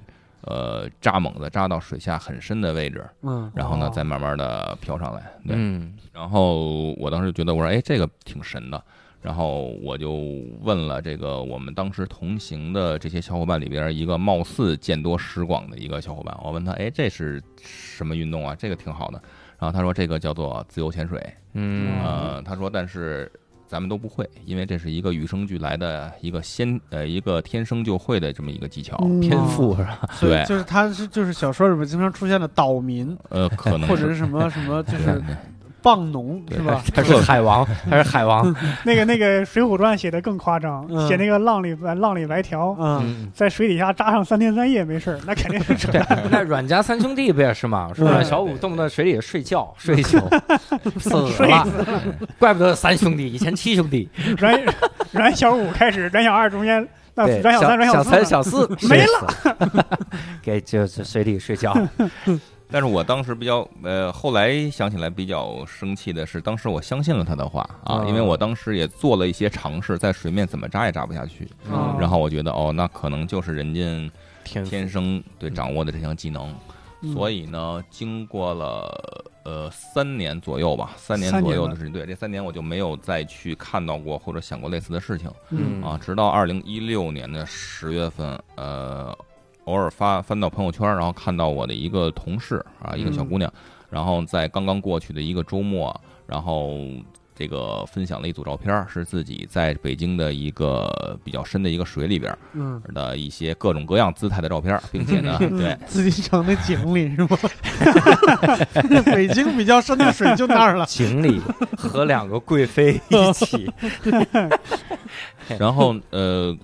呃，扎猛的扎到水下很深的位置，嗯然后哦呢，再慢慢的飘上来。对，嗯然后我当时觉得我说，哎，这个挺神的。然后我就问了这个我们当时同行的这些小伙伴里边一个貌似见多识广的一个小伙伴，我问他，哎，这是什么运动啊？这个挺好的。然后他说这个叫做自由潜水，嗯呃，他说但是咱们都不会，因为这是一个与生俱来的一个先呃一个天生就会的这么一个技巧，嗯天赋是吧？所以对就是他是就是小说里面经常出现的岛民呃，可能或者是什么什么就对是对棒农对是吧？他是海王，他是海王。那个那个《水浒传》写的更夸张，嗯写那个浪里白浪里白条，嗯嗯，在水底下扎上三天三夜没事儿，那肯定 是扯淡。 那阮家三兄弟不也是吗？是吧？嗯小五动不动水里睡觉 睡一宿，死睡了，嗯怪不得三兄弟，以前七兄弟，阮阮小五开始，阮小二中间，那对，阮小三、阮小四三、呢，小四 没了， 给就是水里睡觉。但是我当时比较呃，后来想起来比较生气的是，当时我相信了他的话啊啊，因为我当时也做了一些尝试，在水面怎么扎也扎不下去。啊然后我觉得哦，那可能就是人家天天生对掌握的这项技能。嗯所以呢，经过了呃三年左右吧，三年三左年右了的时间，对这三年我就没有再去看到过或者想过类似的事情嗯啊。直到二零一六年的十月份，呃，偶尔发翻到朋友圈，然后看到我的一个同事啊，一个小嗯姑娘，然后在刚刚过去的一个周末，然后这个分享了一组照片儿，是自己在北京的一个比较深的一个水里边儿嗯，的一些各种各样姿态的照片儿，并且呢，对。自己整的井里是吧？北京比较深的水就那儿了。井里和两个贵 妃一起， 然后呃，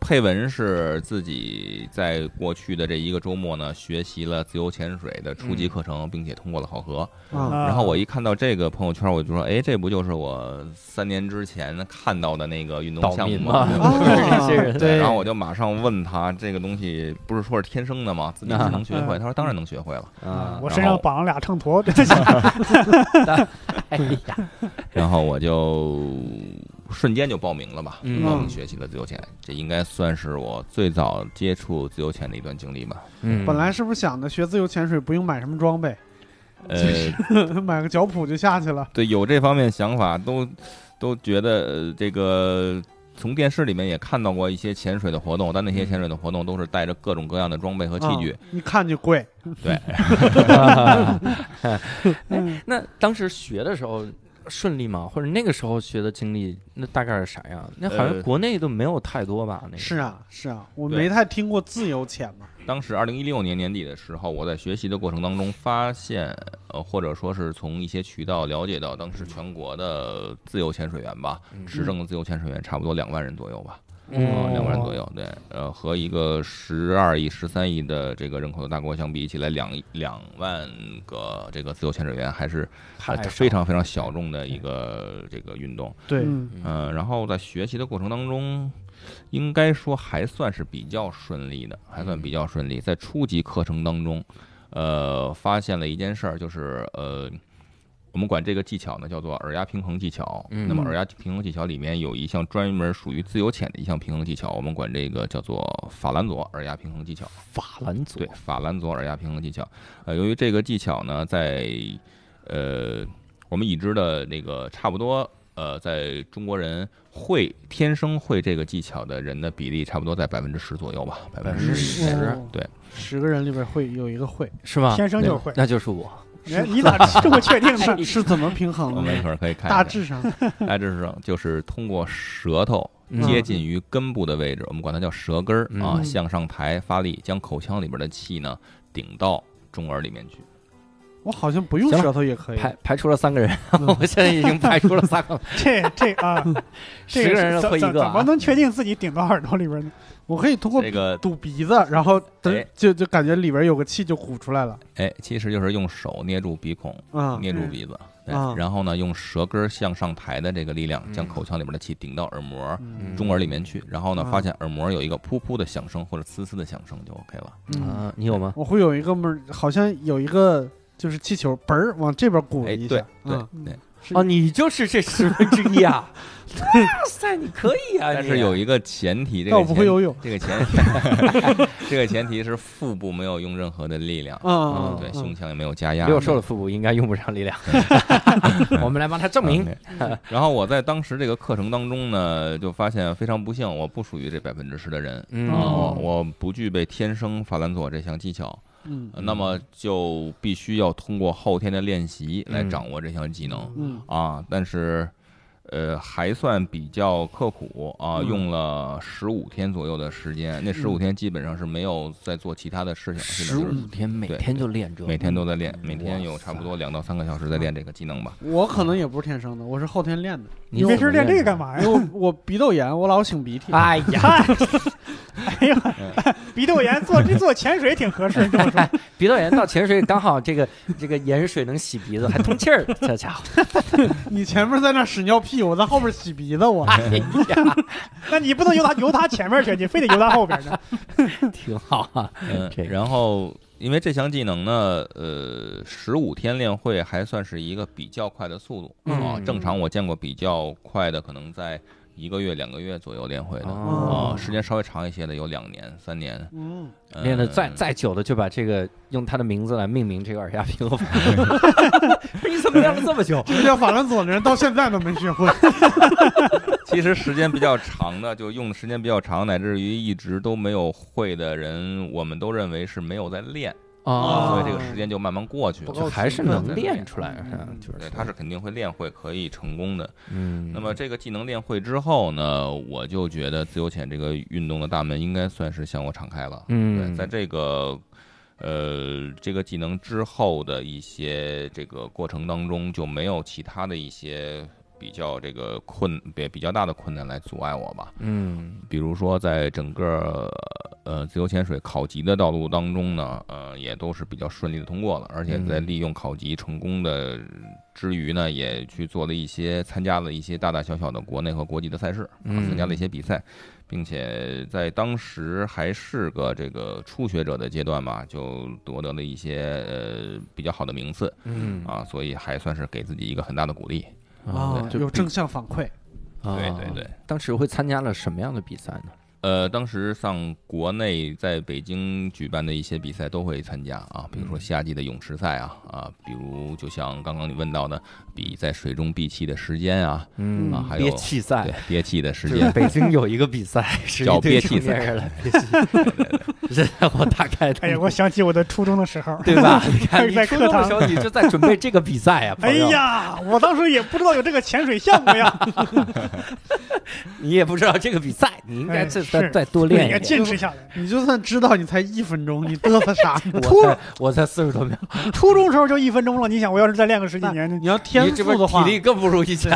配文是自己在过去的这一个周末呢，学习了自由潜水的初级课程，并且通过了考核。啊啊然后我一看到这个朋友圈，我就说，哎，这不就是我三年之前看到的那个运动岛项目民吗嘛？，对不我就是 这哦些 人。对然后我就马上问他，这个东西不是说是天生的吗？自己是能学会？嗯他说当然能学会了。啊 我身上绑了俩 秤砣，这哎呀，然后我就瞬间就报名了吧，嗯报名学习了自由潜，这应该算是我最早接触自由潜的一段经历吧。 嗯 本来是不是想着学自由潜水不用买什么装备， 呃，买个脚蹼就下去了？对，有这方面想法，都都觉得、呃、这个从电视里面也看到过一些潜水的活动，但那嗯些潜水的活动都是带着各种各样的装备和器具哦啊。一看就贵。对， 嗯，哎那当时学的时候顺利吗？或者那个时候学的经历，那大概是啥样？那好像呃国内都没有太多吧？那个是啊，是啊，我对没太听过自由潜嘛。当时二零一六年年底的时候，我在学习的过程当中发现，呃，或者说是从一些渠道了解到，当时全国的自由潜水员吧，嗯持证的自由潜水员差不多两万人左右吧，哦啊，两嗯万人左右。右，对，呃，和一个十二亿、十三亿的这个人口的大国相比起来，两两万个这个自由潜水员还是还啊太少呃非常非常小众的一个这个运动。对，嗯嗯，然后在学习的过程当中，应该说还算是比较顺利的，还嗯算比较顺利。在初级课程当中，呃，发现了一件事儿，就是呃，我们管这个技巧呢叫做耳压平衡技巧。嗯那么耳压平衡技巧里面有一项专门属于自由潜的一项平衡技巧，我们管这个叫做法兰佐耳压平衡技巧。法兰佐对，法兰佐耳压平衡技巧。呃，由于这个技巧呢，在呃我们已知的那个差不多，呃，在中国人会天生会这个技巧的人的比例，差不多在百分之十左右吧，百分之10%十。对，嗯十个人里边会有一 个会，是吧？天生就嗯会。那就是我。哎，你咋这么确定呢？是怎么平我衡们一的？会儿可以看一看。大 致上，大致上就是通过舌头嗯接近于根部的位置，我们管它叫舌根儿啊，嗯向上抬发力，将口腔里边的气呢顶到中耳里面去。我好像不用行了舌头也可以。排排除了三个人，嗯我现在已经排除了三 个了，这这啊，这嗯十个人怎会一怎个怎啊，么能确定自己顶到耳朵里边呢？我可以通过这个堵鼻子，然后哎等就就感觉里边有个气就鼓出来了。哎，其实就是用手捏住鼻孔，啊，捏住嗯鼻子，对啊然后呢，用舌根儿向上抬的这个力量，将嗯口腔里边的气顶到耳膜、嗯中耳里面去。然后呢，啊发现耳膜有一个噗噗的响声或者呲呲的响声就 OK 了。嗯啊，你有吗？我会有一个门，好像有一个就是气球嘣儿往这边鼓了哎，一对下对。嗯对。哦，你就是这十分之一啊！ 哇塞，你可以啊！但你是有一个前提，这但个我不会前游泳。 这个前这个前提 是腹部没有用任何的力量，嗯，对，嗯胸腔也没有加压。六瘦的腹部应该用不上力量， 我们来帮他证明。嗯然后我在当时这个课程当中呢，就发现非常不幸，我不属于这百分之十的人嗯啊，我哦我不具备天生法兰佐这项技巧。嗯呃那么就必须要通过后天的练习来嗯掌握这项技能、嗯啊。但是，呃，还算比较刻苦啊，嗯用了十五天左右的时间。那十五天基本上是没有在做其他的事情，嗯十就是五天，每天就练这，每天都在练，每天有哇塞差不多两到三个小时在练这个技能吧。我可能也不是天生的，我是后天练的。你你没怎事么练这个的干？嘛因呀为？我我鼻窦炎，我老擤鼻涕。哎呀， 哎呀，嗯鼻窦炎做这做潜水挺合适，这么说。鼻窦炎到潜水刚好这个 这个盐水能洗鼻子，还通气儿，这家伙。你前面在那屎尿屁，我在后边洗鼻子，我。哎呀，那你不能游他游他前面去，你非得游他后边呢？挺好啊。嗯这，个然后因为这项技能呢，呃，十五天练会还算是一个比较快的速度、啊。嗯正常我见过比较快的，可能在一个月、两个月左右练会的。哦啊，时间稍微长一些的有两年、三年，嗯，呃练的再再久的，就把这个用他的名字来命名这个耳压 平衡法。 不是你怎么练了这么久？这叫法兰佐的人到现在都没学会。其实时间比较长的，就用的时间比较长，乃至于一直都没有会的人，我们都认为是没有在练，哦所以这个时间就慢慢过去不了。够就还是能练出来，嗯是吧嗯就是对，他是肯定会练会，可以成功的。嗯，那么这个技能练会之后呢，我就觉得自由潜这个运动的大门应该算是向我敞开了。对，嗯，在这个呃这个技能之后的一些这个过程当中，就没有其他的一些比较这个困比比较大的困难来阻碍我吧。嗯比如说，在整个呃自由潜水考级的道路当中呢，呃也都是比较顺利的通过了，而且在嗯利用考级成功的之余呢，也去做了一些参加了一些大大小小的国内和国际的赛事。啊，嗯参加了一些比赛，并且在当时还是个这个初学者的阶段吧，就夺得了一些呃比较好的名次嗯啊，所以还算是给自己一个很大的鼓励。啊，对有正向反馈。啊对对对，当时会参加了什么样的比赛呢？呃，当时上国内在北京举办的一些比赛都会参加啊，比如说夏季的泳池赛啊，啊，比如就像刚刚你问到的，比在水中闭气的时间啊，嗯啊还有憋气赛对，，憋气的时是间，北京有一个比赛是叫一堆憋气成年赛人来憋气，现在我大概，哎呀，我想起我的初中的时候 对 吧？你看，你在初课中的堂时候你就在准备这个比赛啊，哎朋友，呀，我当时也不知道有这个潜水项目呀，你也不知道这个比赛，你应该哎再是再再多 练应该一练。坚持下来。你就算知道你才一分钟，你嘚瑟啥？我才我才四十多秒，初中时候就一分钟了，你想我要是再练个十几年，你要天你这不赋的话体，力更不如以前。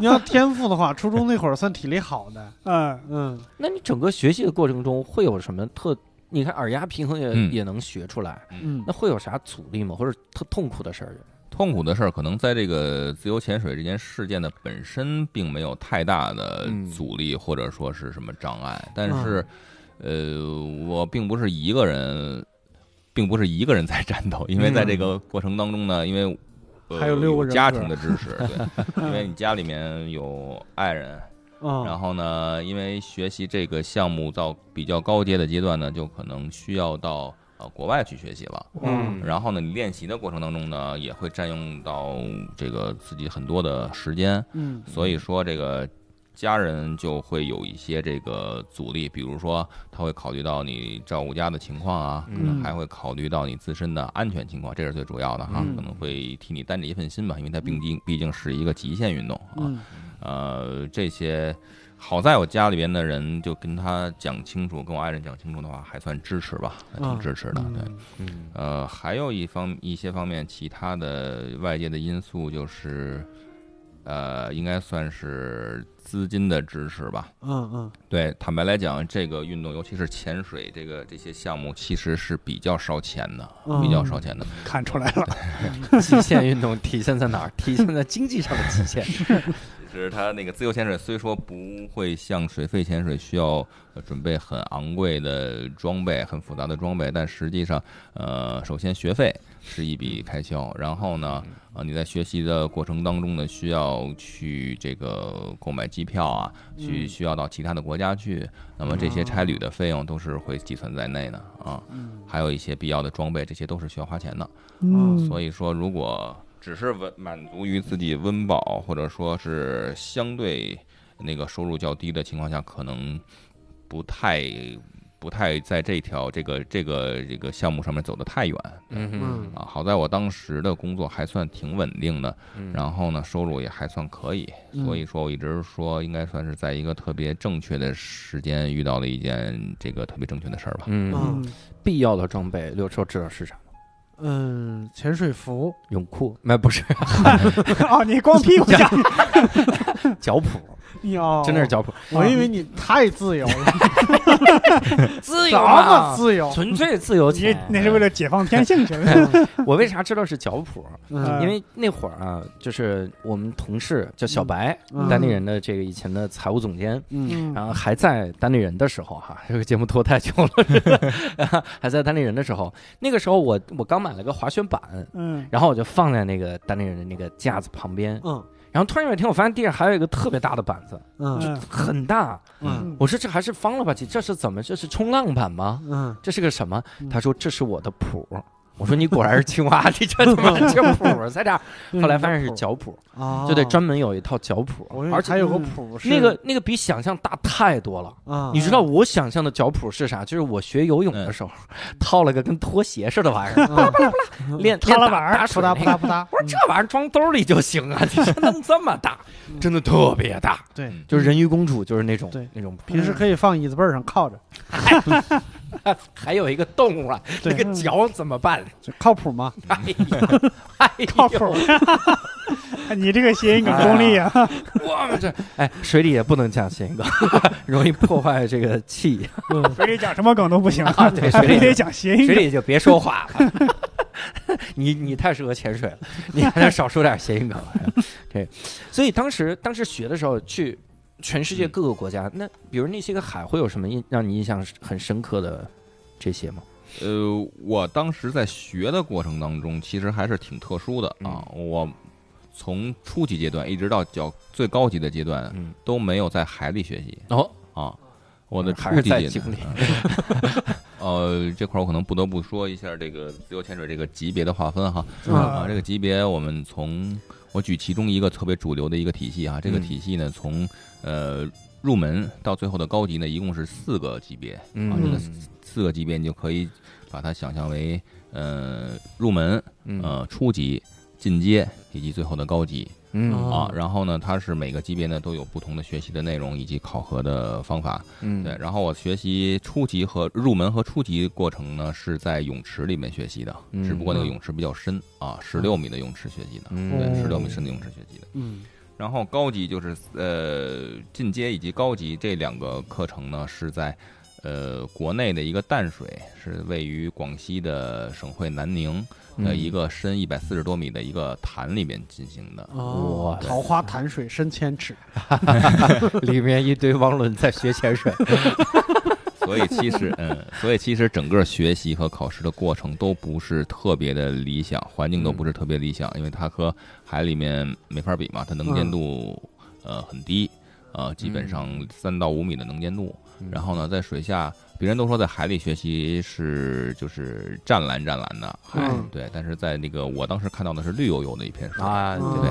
你要天赋的话，初中那会儿算体力好的。嗯，嗯，那你整个学习的过程中会有什么特？你看耳压平衡也、嗯也能学出来，嗯那会有啥阻力吗？或者特痛苦的事儿？痛苦的事儿，可能在这个自由潜水这件事件的本身，并没有太大的嗯阻力或者说是什么障碍。但嗯是，呃，我并不是一个人，并不是一个人在战斗，因为在这个过程当中呢，因为、呃、嗯还有六个人格家庭的支持， 对，因为你家里面有爱人，然嗯后呢，因为学习这个项目到比较高阶的阶段呢，就可能需要到呃国外去学习了。嗯然后呢，你练习的过程当中呢，也会占用到这个自己很多的时间，嗯所以说这个家人就会有一些这个阻力，比如说他会考虑到你照顾家的情况啊，可能嗯还会考虑到你自身的安全情况，这是最主要的哈，嗯可能会替你担着一份心吧，因为它毕竟毕竟是一个极限运动啊，嗯呃，这些好在我家里边的人就跟他讲清楚，跟我爱人讲清楚的话，还算支持吧，还挺嗯支持的。对，嗯呃，还有一方一些方面，其他的外界的因素就是，呃，应该算是资金的支持吧。嗯嗯对，坦白来讲，这个运动，尤其是潜水这个这些项目，其实是比较烧钱的，嗯，比较烧钱的。看出来了，极限运动体现在哪儿？ 体现在经济上的极限。只是它那个自由潜水虽说不会像水肺潜水需要呃准备很昂贵的装备、很复杂的装备，但实际上，呃，首先学费是一笔开销，然后呢，呃，你在学习的过程当中呢，需要去这个购买机票啊，去嗯需要到其他的国家去，那么这些差旅的费用都是会计算在内的啊，嗯还有一些必要的装备，这些都是需要花钱的。嗯所以说，如果只是温满足于自己温饱，或者说是相对那个收入较低的情况下，可能不太不太在这条这个这个这个项目上面走得太远嗯啊。好在我当时的工作还算挺稳定的，嗯然后呢，收入也还算可以，嗯所以说我一直说应该算是在一个特别正确的时间遇到了一件这个特别正确的事儿吧。嗯，嗯必要的装备，刘硕知道是啥吗？嗯，潜水服泳裤？那不是 哦，你光屁股下，脚蹼，你哦，真的是脚蹼，我以为你太自由了， 自哎怎么自由？纯粹自由你潜。那是为了解放天性去了。我为啥知道是脚蹼？嗯因为那会儿啊，就是我们同事叫小白，嗯单立人的这个以前的财务总监，嗯然后还在单立人的时候哈、这个节目拖太久 了，还在单立人的时候，那个时候我我刚买了个滑雪板，嗯，然后我就放在那个单立人的那个架子旁边，嗯然后突然有一天我发现地上还有一个特别大的板子，嗯嗯很大，嗯我说这还是方了吧唧，这是怎么？这是冲浪板吗？嗯，这是个什么嗯？他说这是我的谱。我说你果然是青蛙，你这他 妈这谱在这儿。嗯后来发现是脚谱，啊，就得专门有一套脚谱我以，为而且还有个嗯谱是那个那个比想象大太多了。啊， 你知道我想象的脚谱是啥？就是我学游泳的时候，嗯套了个跟拖鞋似的玩意儿， 嗯练踏练拉打板儿打扑水那嗒扑个嗒扑嗒，我说这玩意儿装兜里就行 啊，你这弄这么大，嗯真的特别大，对，就是人鱼公主就是那种对那种平时可以放椅子背儿上靠着，还有一个洞啊，那对个脚怎么办？就靠谱嘛。哎呀，哎呦嗯靠谱， 你这个谐音梗功力啊！ 我们这哎，水里也不能讲谐音梗， 容易破坏这个 气。嗯水里讲什么梗都不行， 啊对水水里里得讲谐音水梗。里就别说 话了。你你太适合潜水了，你还得少说点谐音梗。 对，所以当时当时学的时候，去全世界各个国家，那比如那些个海会有什么印让你印象很深刻的这些吗？呃，我当时在学的过程当中，其实还是挺特殊的嗯啊。我从初级阶段一直到较最高级的阶段，嗯，都没有在海里学习哦，啊。我的还是初级在阶经段历呃，这块儿我可能不得不说一下这个自由潜水这个级别的划分哈。嗯啊，这个级别我们从我举其中一个特别主流的一个体系啊，这个嗯体系呢从呃入门到最后的高级呢，一共是四个级别，啊，这个嗯四个级别你就可以把它想象为呃入门、嗯呃初级、进阶以及最后的高级。嗯啊哦，然后呢，它是每个级别呢都有不同的学习的内容以及考核的方法。嗯，对，然后我学习初级和入门和初级过程呢是在泳池里面学习的，嗯只不过那个泳池比较深啊，十六米的泳池学习的，嗯，对，哦十六米深的泳池学习的。嗯，然后高级就是呃进阶以及高级这两个课程呢是在。呃，国内的一个淡水是位于广西的省会南宁嗯的一个深一百四十多米的一个潭里面进行的，哇哦，桃花潭水深千尺，哦里面一堆汪伦在学潜水，所以其实，嗯，所以其实整个学习和考试的过程都不是特别的理想，环境都嗯不是特别理想，因为它和海里面没法比嘛，它能嗯见度、呃很低，呃，基本上三到五米的能见度。嗯然后呢，在水下，别人都说在海里学习是就是湛蓝湛蓝的海，嗯对，但是在那个我当时看到的是绿油油的一片水， 啊，嗯对对，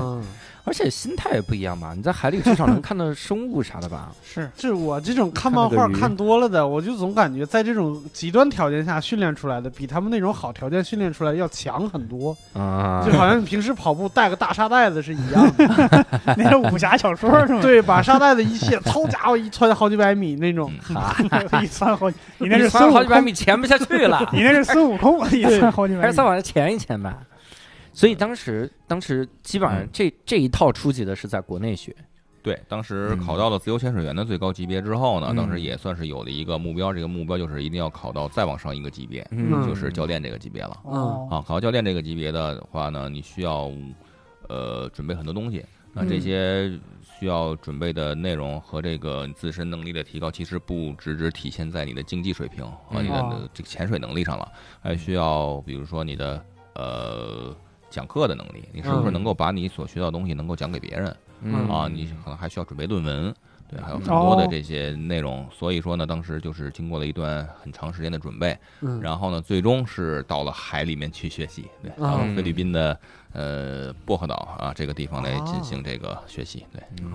而且心态也不一样嘛，你在海里至少能看到生物啥的吧？是，这我这种看看那漫个画鱼看多了的，我就总感觉在这种极端条件下训练出来的，比他们那种好条件训练出来要强很多，啊 就好像你平时跑步带个大沙袋子是一样的。那是武侠小说是吗？对，把沙袋子一 卸，操家伙一窜好几百米那种。嗯 对，一窜好几，你那是翻孙悟好几百空，米潜不下去了，你那是孙悟空，一窜好几还百是再米。往下潜一潜吧。所以当时，当时基本上这这一套初级的是在国内学，对，当时嗯考到了自由潜水员的最高级别之后呢，嗯当时也算是有了一个目标，这个目标就是一定要考到再往上一个级别，嗯就是教练这个级别了。哦，啊，考到教练这个级别的话呢，你需要呃准备很多东西，那这嗯些需要准备的内容和这个自身能力的提高，其实不只只体现在你的竞技水平和你嗯的哦这个潜水能力上了，还需要比如说你的呃。讲课的能力，你是不是嗯能够把你所学到的东西能够讲给别人？嗯啊，你可能还需要准备论文，对，还有很多的哦这些内容。所以说呢，当时就是经过了一段很长时间的准备，嗯然后呢，最终是到了海里面去学习，对，嗯到了菲律宾的呃薄荷岛啊这个地方来进行这个学习，对，嗯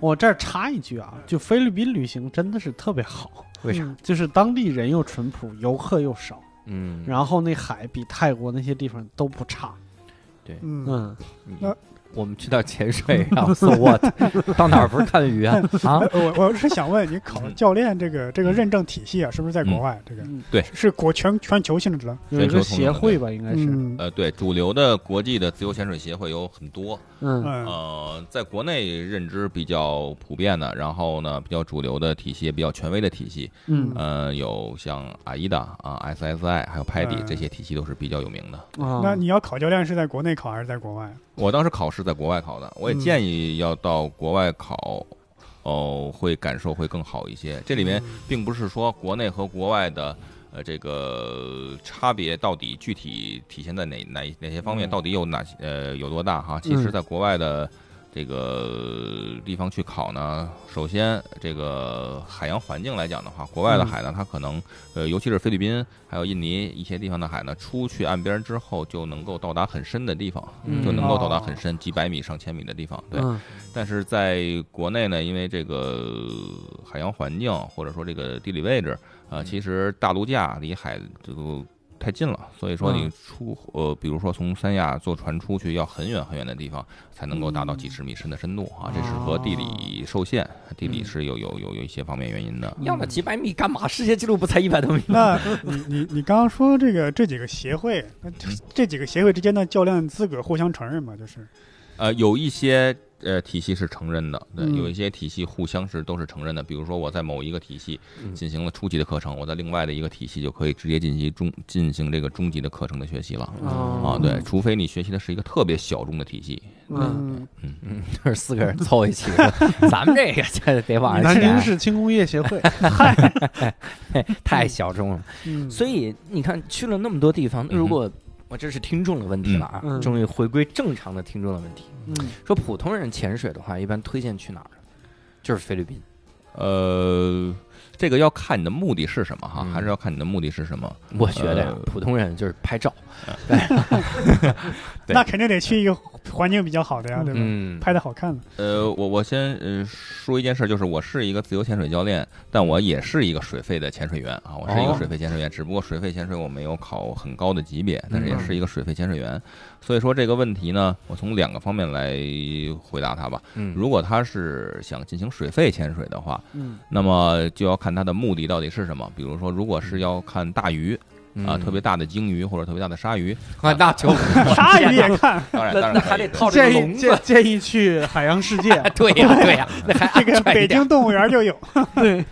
我这儿插一句啊，就菲律宾旅行真的是特别好，为啥？嗯？就是当地人又淳朴，游客又少，嗯，然后那海比泰国那些地方都不差。嗯，嗯，后我们去到潜水，然后 so what？到哪儿不是看鱼啊？啊，哎我我是想问你，考教练这个这个认证体系啊，是不是在国嗯外？这个嗯对是国全全球性质的。有一个全球通用协的会吧，应该是。嗯呃，对，主流的国际的自由潜水协会有很多，嗯嗯呃，在国内认知比较普遍的，然后呢，比较主流的体系，比较权威的体系，嗯呃，有像 AIDA 啊、SSI，还有 PADI 嗯这些体系都是比较有名的。啊，那你要考教练是在国内考还是在国外？我当时考试在国外考的，我也嗯建议要到国外考，哦，会感受会更好一些。这里嗯面并不是说国内和国外的呃这个差别到底具体体现在哪哪哪些方面，嗯到底有哪些呃有多大哈？其实，嗯在国外的。这个地方去考呢，首先这个海洋环境来讲的话，国外的嗯海呢，它可能呃，尤其是菲律宾还有印尼一些地方的海呢，出去岸边之后就能够到达很深的地方，嗯就能够到达哦很深几百米、上千米的地方。对，嗯但是在国内呢，因为这个呃海洋环境或者说这个地理位置，呃，嗯其实大陆架离海就太近了，所以说你出呃，比如说从三亚坐船出去要很远很远的地方，才能够达到几十米深的深度啊，这是和地理受限，地理是有有有有一些方面原因的。要了几百米干嘛？世界纪录不才一百 多米吗？那你你你刚刚说这个这几个协会，那这这几个协会之间的教练资格互相承认吗？就是呃，有一些呃体系是承认的，对，嗯有一些体系互相是都是承认的。比如说我在某一个体系嗯进行了初级的课程，我在另外的一个体系就可以直接进行中进行这个中级的课程的学习了。啊，哦对，除非你学习的是一个特别小众的体系，嗯，嗯，就是四个人凑一起，咱们这个 这得往上南京潜，市轻工业协会。太小众了。嗯所以你看，去了那么多地方，哼如果我这是听众的问题了啊，嗯嗯终于回归正常的听众的问题。嗯啊说普通人潜水的话，一般推荐去哪儿？就是菲律宾。呃，这个要看你的目的是什么哈，嗯还是要看你的目的是什么。我觉得呀呃，普通人就是拍照，对那肯定得去一个环境比较好的呀，对吧？嗯，拍的好 看了，呃，我我先呃说一件事儿，就是我是一个自由潜水教练，但我也是一个水费的潜水员啊，我是一个哦水费潜水员，只不过水费潜水我没有考很高的级别，但是也嗯是一个水费潜水员。所以说这个问题呢，我从两个方面来回答他吧。嗯如果他是想进行水肺潜水的话，嗯，那么就要看他的目的到底是什么。比如说，如果嗯是要看大鱼啊，特别大的鲸鱼或者特别大的鲨鱼，快那就鲨鱼也 看，当然那当那然还可以得套这个建笼议子，建建议去海洋世界 对呀、对呀、那还这个安全一北点京动物园就有，对，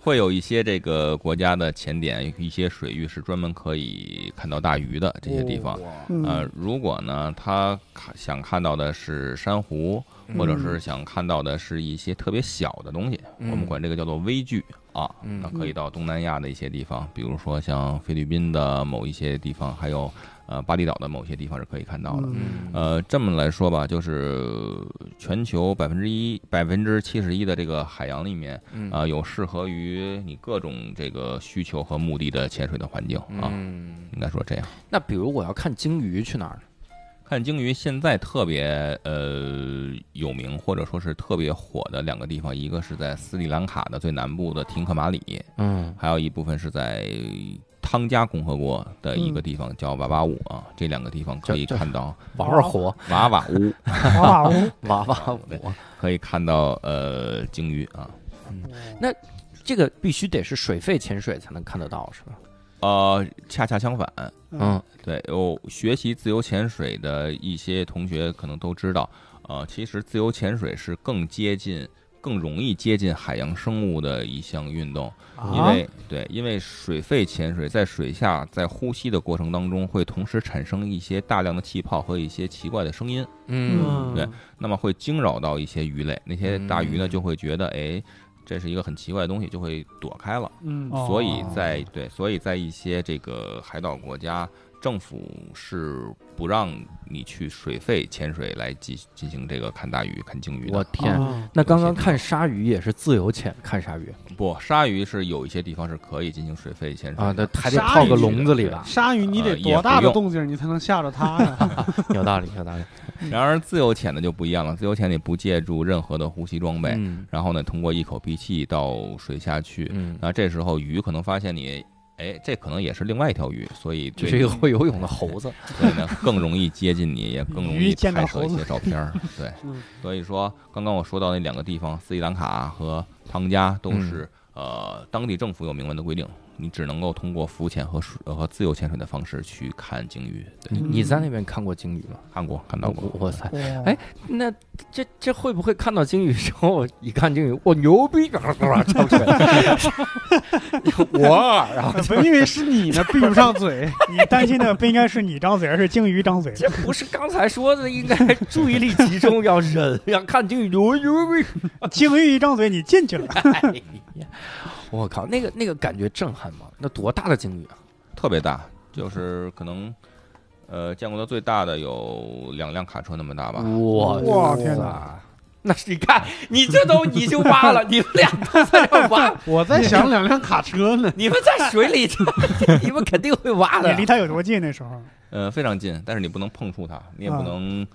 会有一些这个国家的潜点，一些水域是专门可以看到大鱼的这些地哦方。 嗯，呃，如果呢，他看想看到的是珊瑚，嗯或者是想看到的是一些特别小的东西，嗯我们管这个叫做微距啊。嗯那可以到东南亚的一些地方，比如说像菲律宾的某一些地方，还有呃巴厘岛的某些地方是可以看到的。嗯呃，这么来说吧，就是全球百分之一、百分之七十一的这个海洋里面，嗯啊、有适合于你各种这个需求和目的的潜水的环境啊，嗯，应该说这样。那比如我要看鲸鱼去哪儿？看鲸鱼现在特别呃有名或者说是特别火的两个地方，一个是在斯里兰卡的最南部的廷克马里，嗯还有一部分是在汤加共和国的一个地方叫瓦瓦武啊，这两个地方可以这这看到玩玩火，瓦瓦乌，哇哦， 娃 娃舞，可以看到呃鲸鱼啊。那这个必须得是水肺潜水才能看得到，是吧？呃，恰恰相反，嗯，对，有学习自由潜水的一些同学可能都知道，呃，其实自由潜水是更接近、更容易接近海洋生物的一项运动，因啊，为、对，因为水肺潜水在水下在呼吸的过程当中，会同时产生一些大量的气泡和一些奇怪的声音，嗯对那么会惊扰到一些鱼类，那些大鱼呢嗯就会觉得，哎，这是一个很奇怪的东西，就会躲开了。嗯，哦所以在对，所以在一些这个海岛国家，政府是不让你去水肺潜水来进进行这个看大鱼、看鲸鱼我的。天，啊那刚刚看鲨鱼也是自由潜看鲨鱼不，鲨鱼是有一些地方是可以进行水肺潜水啊，那的。还得鲨套鱼个笼子里吧？鲨鱼你呃得也不多大的用动静儿你才能吓着它呀？有道理，有 道理。然而自由潜的就不一样了，自由潜你不借助任何的呼吸装备，嗯然后呢，通过一口鼻气到水下去。嗯，那这时候鱼可能发现你，哎，这可能也是另外一条鱼，所以这对是一个会游泳的猴子。所以呢， 更容易接近你，也更容易鱼见到拍摄一猴些照片 儿。对嗯，所以说刚刚我说到那两个地方，斯里兰卡和汤加都是、呃当地政府有明文的规定，你只能够通过浮潜和水呃和自由潜水的方式去看鲸鱼。对，你你在那边看过鲸鱼吗？看过看到过。哇塞！哎哎，那这这会不会看到鲸鱼之后，一看鲸鱼，我牛逼，然后跳起来， 我然 后本以为是你呢，闭不上嘴，你担心的不应该是你张嘴，而是鲸鱼 张嘴。这不是刚才说的，应该注意力集中，要忍，要看鲸鱼牛牛逼。鲸鱼一张嘴，你进去了。哎呀，我靠，那个那个感觉震撼吗？那多大的鲸鱼啊？特别大，就是可能呃见过的最大的有两辆卡车那么大吧。哇哇天哪！那是你看，你这都你就挖 了，你们俩都在这挖， 我在想两辆卡车呢。你们在水 里，你们肯定会挖你的。离它有多近？那时候呃，非常近，但是你不能碰触它，你也啊不能，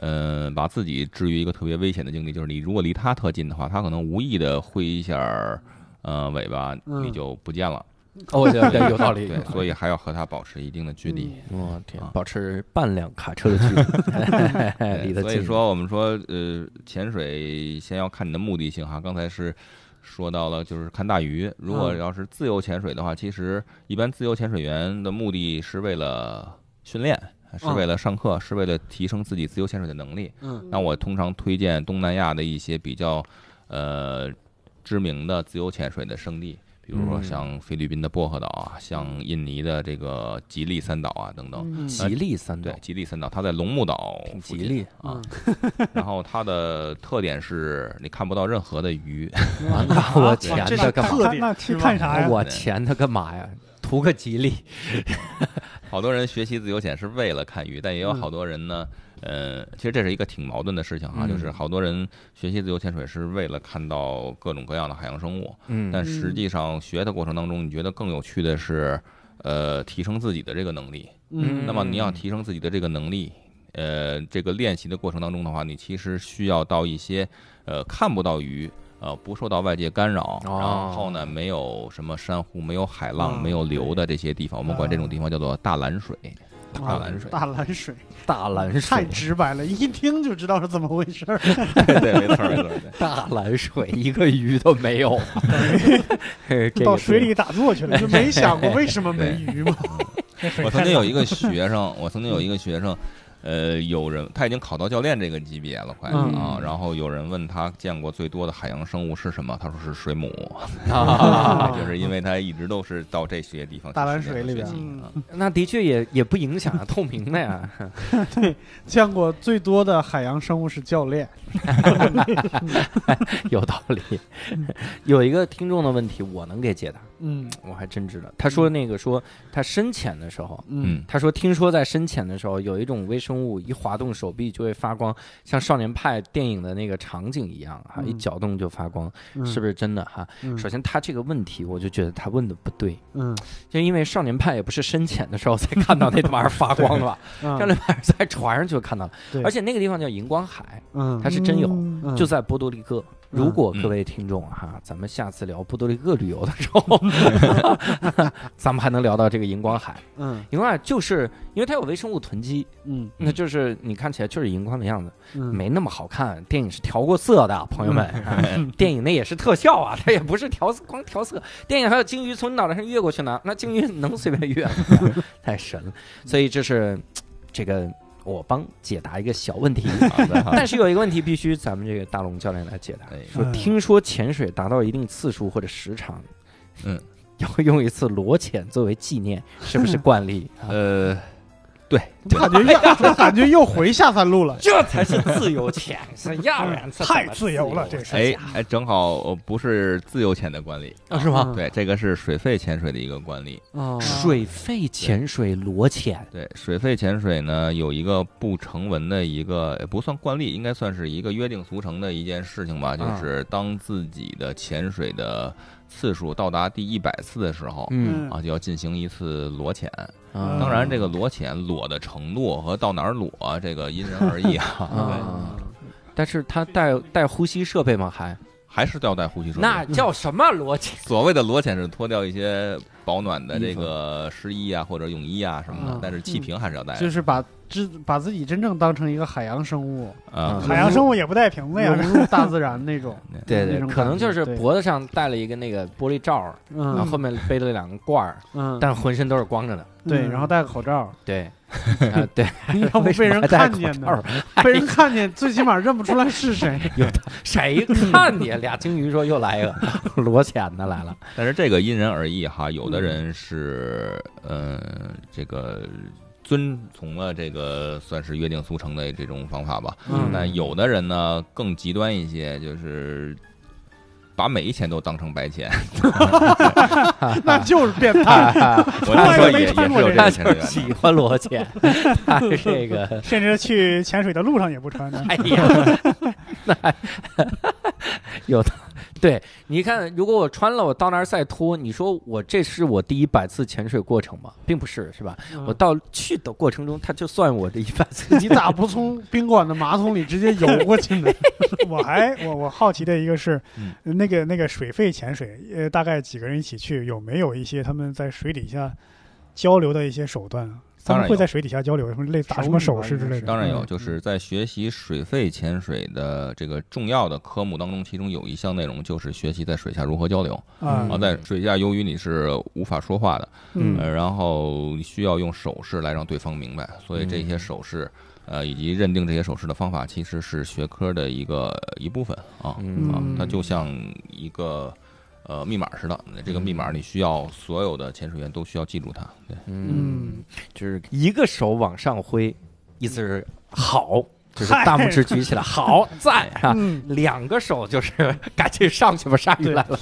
呃，把自己置于一个特别危险的境地。就是你如果离它特近的话，它可能无意的挥一下儿，呃，尾巴，你嗯就不见了。哦，我觉得有道理，对，所以以还要和它保持一定的距离。我天啊，保持半辆卡车的距哎 离，对离得所近。以说，我们说，呃，潜水先要看你的目的性哈。刚才是说到了，就是看大鱼。如果嗯要是自由潜水的话，其实一般自由潜水员的目的是为了训练，是嗯为了上课，是为了提升自己自由潜水的能力。嗯那我通常推荐东南亚的一些比较呃知名的自由潜水的圣地，比如说嗯像菲律宾的薄荷岛啊，像印尼的这个吉利三岛啊等等。嗯吉利三对岛，吉利三岛，它在龙目岛挺附吉近利啊。嗯然后它的特点是你看不到任何的鱼， 啊！那我钱哇嗯这它是干嘛特那点哎那去是吧看啥呀？我钱它干嘛呀？图个吉利，好多人学习自由潜是为了看鱼，但也有好多人呢，呃，其实这是一个挺矛盾的事情哈，嗯就是好多人学习自由潜水是为了看到各种各样的海洋生物，嗯但实际上学的过程当中，你觉得更有趣的是，呃，提升自己的这个能力。嗯那么你要提升自己的这个能力，呃，这个练习的过程当中的话，你其实需要到一些呃看不到鱼。呃，不受到外界干扰，哦然后呢，没有什么珊瑚，没有海浪，啊没有流的这些地方，我们管这种地方叫做大蓝水。大蓝水，大蓝水大蓝太水，直白了，一听就知道是怎么回事儿。 对，没错，没错，对。大蓝水，一个鱼都没 有，这个到水里打 坐去了，就就没想哎过为什么没鱼嘛？ 我曾经有一个学生，我曾经有一个学生，呃，有人他已经考到教练这个级别了，快嗯啊。然后有人问他见过最多的海洋生物是什么，他说是水母， 啊，就是因为他一直都是到这些地方去大蓝实践水和里学边习嗯啊 那的确也也不影响啊，透明的呀，见过最多的海洋生物是教练，有道理。 有一个听众的问题，我能给解答，嗯我还真知道。他说那个说他深潜的时候，嗯嗯，他说听说在深潜的时候有一种微生物，一滑动手臂就会发光，像少年派电影的那个场景一样哈，嗯一搅动就发光，嗯是不是？是真的哈？嗯首先他这个问题，我就觉得他问的不对，嗯，就因为少年派也不是深潜的时候才看到那玩意儿发光 的吧？嗯少年派是在船上就看到了对，而且那个地方叫荧光海，嗯，它是真有。嗯就在波多黎各。如果各位听众哈、咱们下次聊波多黎各旅游的时 候，咱们还能聊到这个荧光海。嗯荧光海就是因为它有微生物囤积，嗯那就是你看起来就是荧光的样子，嗯，没那么好看。电影是调过色的，朋友们，啊电影那也是特效啊，它也不是调色光调色。电影还有鲸鱼从你脑袋上越过去呢，那鲸鱼能随便越吗， 太神了。所以这是这个我帮解答一个小问 题。好的，好的但是有一个问题必须咱们这个大龙教练来解答。哎说听说潜水达到一定次数或者时长，嗯， 要用一次裸潜作为纪念，是不是惯例？啊呃，对，我感觉又，我感觉又回下三路了。 这才是自由潜，是要不然这怎么太自由了这是哎哎，正好呃不是自由潜的惯例，啊是吗？对，这个是水肺潜水的一个惯例。啊，水肺潜水裸潜，对，水肺潜水呢有一个不成文的一个，呃也不算惯例，应该算是一个约定俗成的一件事情吧，就啊是当自己的潜水的次数到达第一百次的时候。嗯，啊，就要进行一次裸潜。嗯啊当然，这个裸潜裸的程度和到哪儿裸，啊这个因人而异啊。啊，但是他带带呼吸设备吗？还对，还是要带呼吸设备。那叫什么裸潜？所谓的裸潜是脱掉一些保暖的这个湿衣啊，或者泳衣啊什么嗯的，但是气瓶还是要带的。就是把自把自己真正当成一个海洋生物，啊嗯，海洋生物也不带瓶子哎呀融，入大自然那种。对那对，种可能就是感觉对脖子上戴了一个那个玻璃罩儿，然后嗯后面背了两个罐儿，嗯，但是浑身都是光着的。对，嗯然后戴个口罩， 对，啊对，要不为什被么人还戴看口见罩呢儿？， 被人看见，最起码认不出来是谁。谁看你？俩鲸鱼说又来一 个裸潜的来了，但是这个因人而异哈，有的人是嗯、呃这个遵从了这个算是约定俗成的这种方法吧。嗯那有的人呢更极端一些，就是把每一钱都当成白钱。那就是变态。 我听说也没看也过是有这这他个潜水员就是的。啊喜欢裸潜， 他是这个，甚至去潜水的路上也不穿 的。 哎呀，那 有的。对，你看，如果我穿了，我到那儿再脱，你说我这是我第一百次潜水过程吗？并不是，是吧？我到去的过程中，它就算我这一百次。你咋不从宾馆的马桶里直接游过去呢？我还我我好奇的一个是嗯，那个那个水肺潜水，呃，大概几个人一起去，有没有一些他们在水底下交流的一些手段？他当们然会有在水底下交流，什么类打什么手势之类的？当然有，就是在学习水肺潜水的这个重要的科目当中，其中有一项内容就是学习在水下如何交流。啊啊，嗯，在水下，由于你是无法说话的，嗯呃，然后你需要用手势来让对方明白，所以这些手势，呃，以及认定这些手势的方法，其实是学科的一个一部分啊啊 嗯，，它就像一个呃密码似的，这个密码你需要所有的潜水员都需要记住它，对，嗯，就是一个手往上挥，意思是好，就是大拇指 举起来，好赞啊。嗯，两个手就是 赶紧上去吧，鲨鱼来了。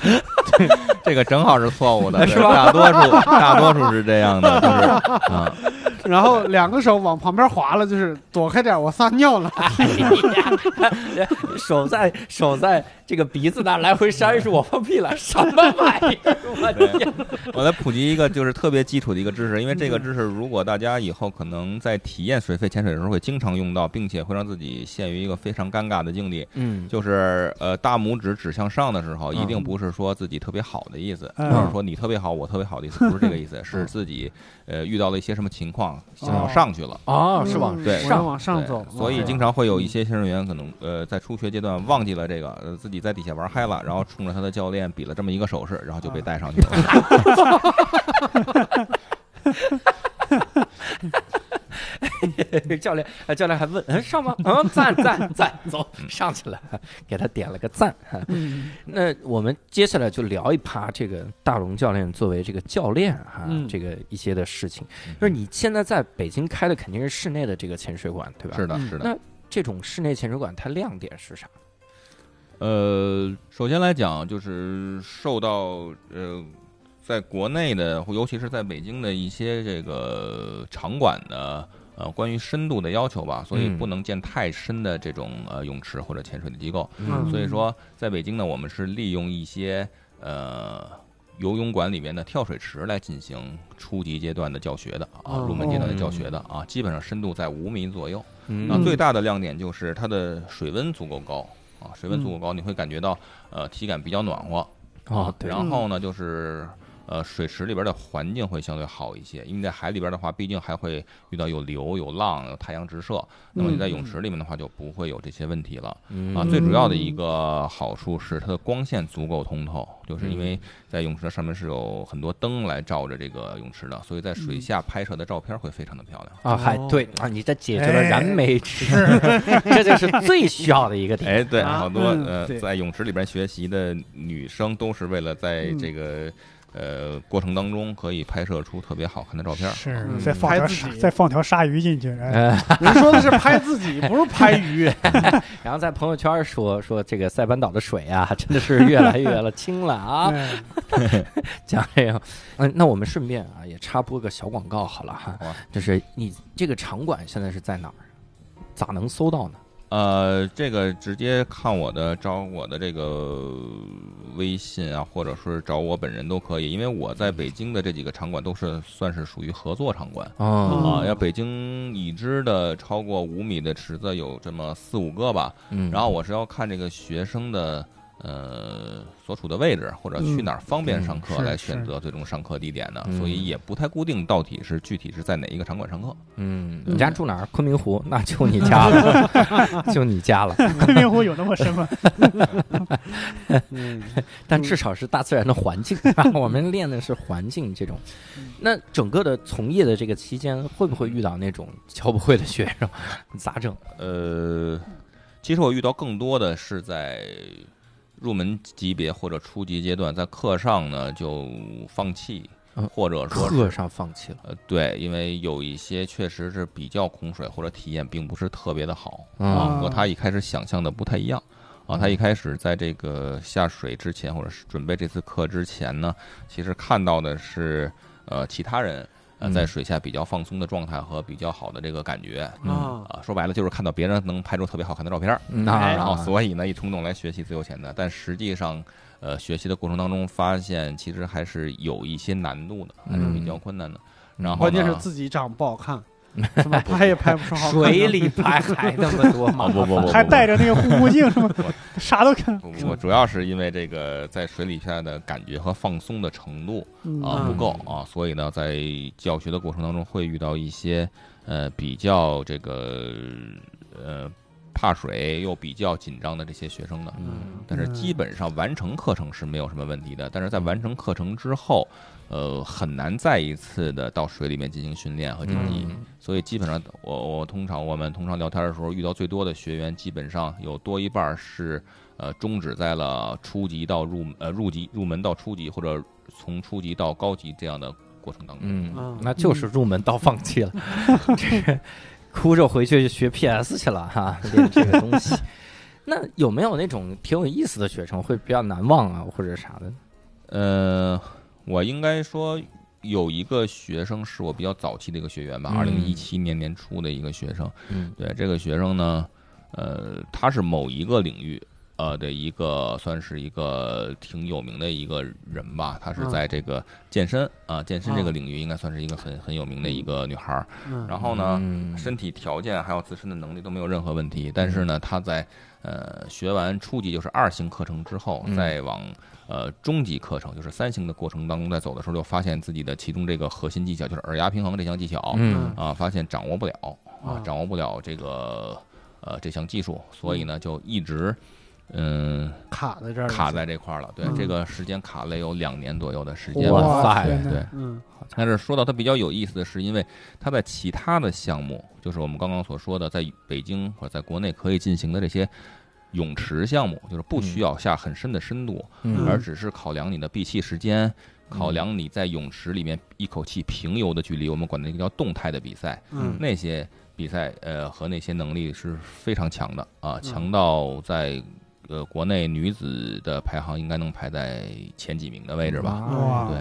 这个正好是错误的，是对吧大多数大多数是这样的，就是啊， 然后两个手往旁边划了，就是躲开点，我撒尿了。手在手在这个鼻子那儿来回扇，是我放屁 了，什么玩意儿？我的天！ 我来普及一个就是特别基础的一个知识，因为这个知识如果大家以后可能在体验水肺潜水的时候会经常用到，并且会让自己陷于一个非常尴尬的境地，嗯，就是呃大拇指指向上的时 候，嗯一定不是说自己特别好的意思，嗯不是说你特别好，我特别好的意思，不是这个意思，是自己呃遇到了一些什么情况想要上去了。哦，是吧？嗯对我上要往上对走，嗯所以经常会有一些潜水员可能呃在初学阶段忘记了这个，呃自己在底下玩嗨了，然后冲着他的教练比了这么一个手势，然后就被带上去 了。嗯教练，呃教练还问，嗯，上吗？嗯，赞赞赞，走上去了，给他点了个赞。嗯那我们接下来就聊一趴这个大龙教练作为这个教练哈、嗯这个一些的事情。嗯就是你现在在北京开的肯定是室内的这个潜水馆，对吧？是的，嗯是的。那这种室内潜水馆它亮点是啥？呃，首先来讲，就是受到呃，在国内的，尤其是在北京的一些这个场馆的呃关于深度的要求吧，所以嗯不能建太深的这种呃泳池或者潜水的机构。嗯所以说，在北京呢，我们是利用一些呃游泳馆里面的跳水池来进行初级阶段的教学的啊，入门阶段的教学的啊，基本上深度在五米左右。嗯那最大的亮点就是它的水温足够高啊，水温足够高，你会感觉到呃体感比较暖和哦，嗯对，啊然后呢，就是呃水池里边的环境会相对好一些，因为在海里边的话，毕竟还会遇到有流、有浪、有太阳直射，那么你在泳池里面的话就不会有这些问题了。嗯啊，最主要的一个好处是它的光线足够通透，就是因嗯为在泳池上面是有很多灯来照着这个泳池的，所以在水嗯下拍摄的照片会非常的漂亮。啊，还哦哎对啊，你这解决了燃眉之急，是 这就是最需要的一个点。哎，对，啊好多嗯呃，对在泳池里边学习的女生都是为了嗯在这个呃过程当中可以拍摄出特别好看的照片。是嗯，再放拍条自鲨己再放条鲨鱼进去，哎，呃，嗯人说的是拍自己，不是拍鱼。然后在朋友圈说说这个塞班岛的水啊， 真的是越来越了清了 啊，哎讲这个，嗯，那我们顺便啊也插播个小广告好了哈好啊，就是你这个场馆现在是在哪儿？咋能搜到呢？呃，这个直接看我的找我的这个微信啊，或者说是找我本人都可以，因为我在北京的这几个场馆都是算是属于合作场馆。哦，嗯啊，要北京已知的超过五米的池子有这么四五个吧，嗯，然后我是要看这个学生的呃所处的位置或者去哪儿方便上课嗯来是选择最终上课地点的，嗯所以也不太固定到底是具体是在哪一个场馆上课。嗯，你家住哪儿？昆明湖，那就你家了， 就你家了。昆明湖有那么 深吗？嗯，但至少是大自然的环境，啊我们练的是环境这种嗯。那整个的从业的这个期间，会不会遇到那种教不会的学生？ 咋整？呃，其实我遇到更多的是在入门级别或者初级阶段，在课上呢就放弃嗯，或者说是课上放弃了。呃，对，因为有一些确实是比较恐水，或者体验并不是特别的好啊和他一开始想象的不太一样啊。他一开始在这个下水之前，或者是准备这次课之前呢，其实看到的是呃其他人呃嗯在水下比较放松的状态和比较好的这个感觉啊，啊。说白了就是看到别人能拍出特别好看的照片儿，啊那哎然后所以呢一冲动来学习自由潜的，但实际上。呃，学习的过程当中发现，其实还是有一些难度的，还是比较困难的。然后关键呢是自己长不好看，是吧？拍也拍不出好看。水里白还那么多啊嘛？不不不，还不戴着那个护目镜是吗我？啥都看，不不我主要是因为这个在水里下的感觉和放松的程度啊嗯，不够啊，所以呢，在教学的过程当中会遇到一些呃比较这个呃怕水又比较紧张的这些学生的，嗯但是基本上完成课程是没有什么问题的，但是在完成课程之后，呃很难再一次的到水里面进行训练和竞技。嗯，所以基本上我，我通常我们通常聊天的时候遇到最多的学员，基本上有多一半是呃终止在了初级到入呃入级入门到初级或者从初级到高级这样的过程当中。嗯嗯，那就是入门到放弃 了，这是哭着回去学 PS 去了哈， 练这个东西。那有没有那种挺有意思的学生会比较难忘啊，或者啥的？呃，我应该说有一个学生是我比较早期的一个学员吧，二零一嗯七年年初的一个学生。嗯对这个学生呢，呃，他是某一个领域呃的一个算是一个挺有名的一个人吧，她是嗯在这个健身啊、健身这嗯个啊领域应该算是一个很很有名的一个女孩儿。 嗯，然后呢，嗯身体条件还有自身的能力都没有任何问题，但是呢，嗯他在呃学完初级就是二星课程之后，嗯再往呃中级课程就是三星的过程当中，在走的时候就发现自己的其中这个核心技巧就是耳牙平衡这项技巧嗯啊，发现掌握不了啊啊，掌握不了这个呃这项技术，所以呢就一直嗯卡在这儿了卡在这块儿了。对，嗯这个时间卡了有两年左右的时间吧。哇塞天哪对，嗯但是说到它比较有意思的是，因为它在其他的项目，就是我们刚刚所说的，在北京或者在国内可以进行的这些泳池项目，就是不需要下很深的深度，嗯而只是考量你的闭气时间，考量你在泳池里面一口气平游的距离，我们管那个叫动态的比赛，嗯那些比赛呃和那些能力是非常强的啊，强到在。呃，国内女子的排行应该能排在前几名的位置吧？嗯哇，对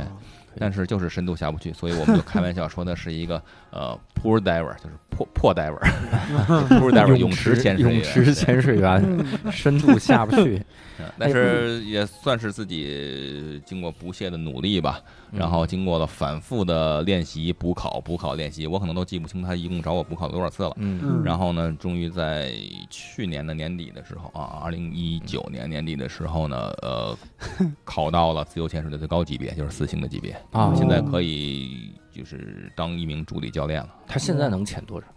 但是就是深度下不去，所以我们就开玩笑说那是一个呃 poor diver，就是破破 diver，poor diver 泳池潜水员泳池潜水员， 深度下不 去。对嗯但是也算是自己经过不懈的努力吧，嗯然后经过了反复的练习、补考、补考、练习，我可能都记不清他一共找我补考了多少次了。嗯嗯，然后后呢，终于在去年的年底的时候啊，二零一九年年底的时候呢，呃， 考到了自由潜水的最高级别，就是四星的级别。啊，现在可以就是当一名助理教练了。他现在能潜多少？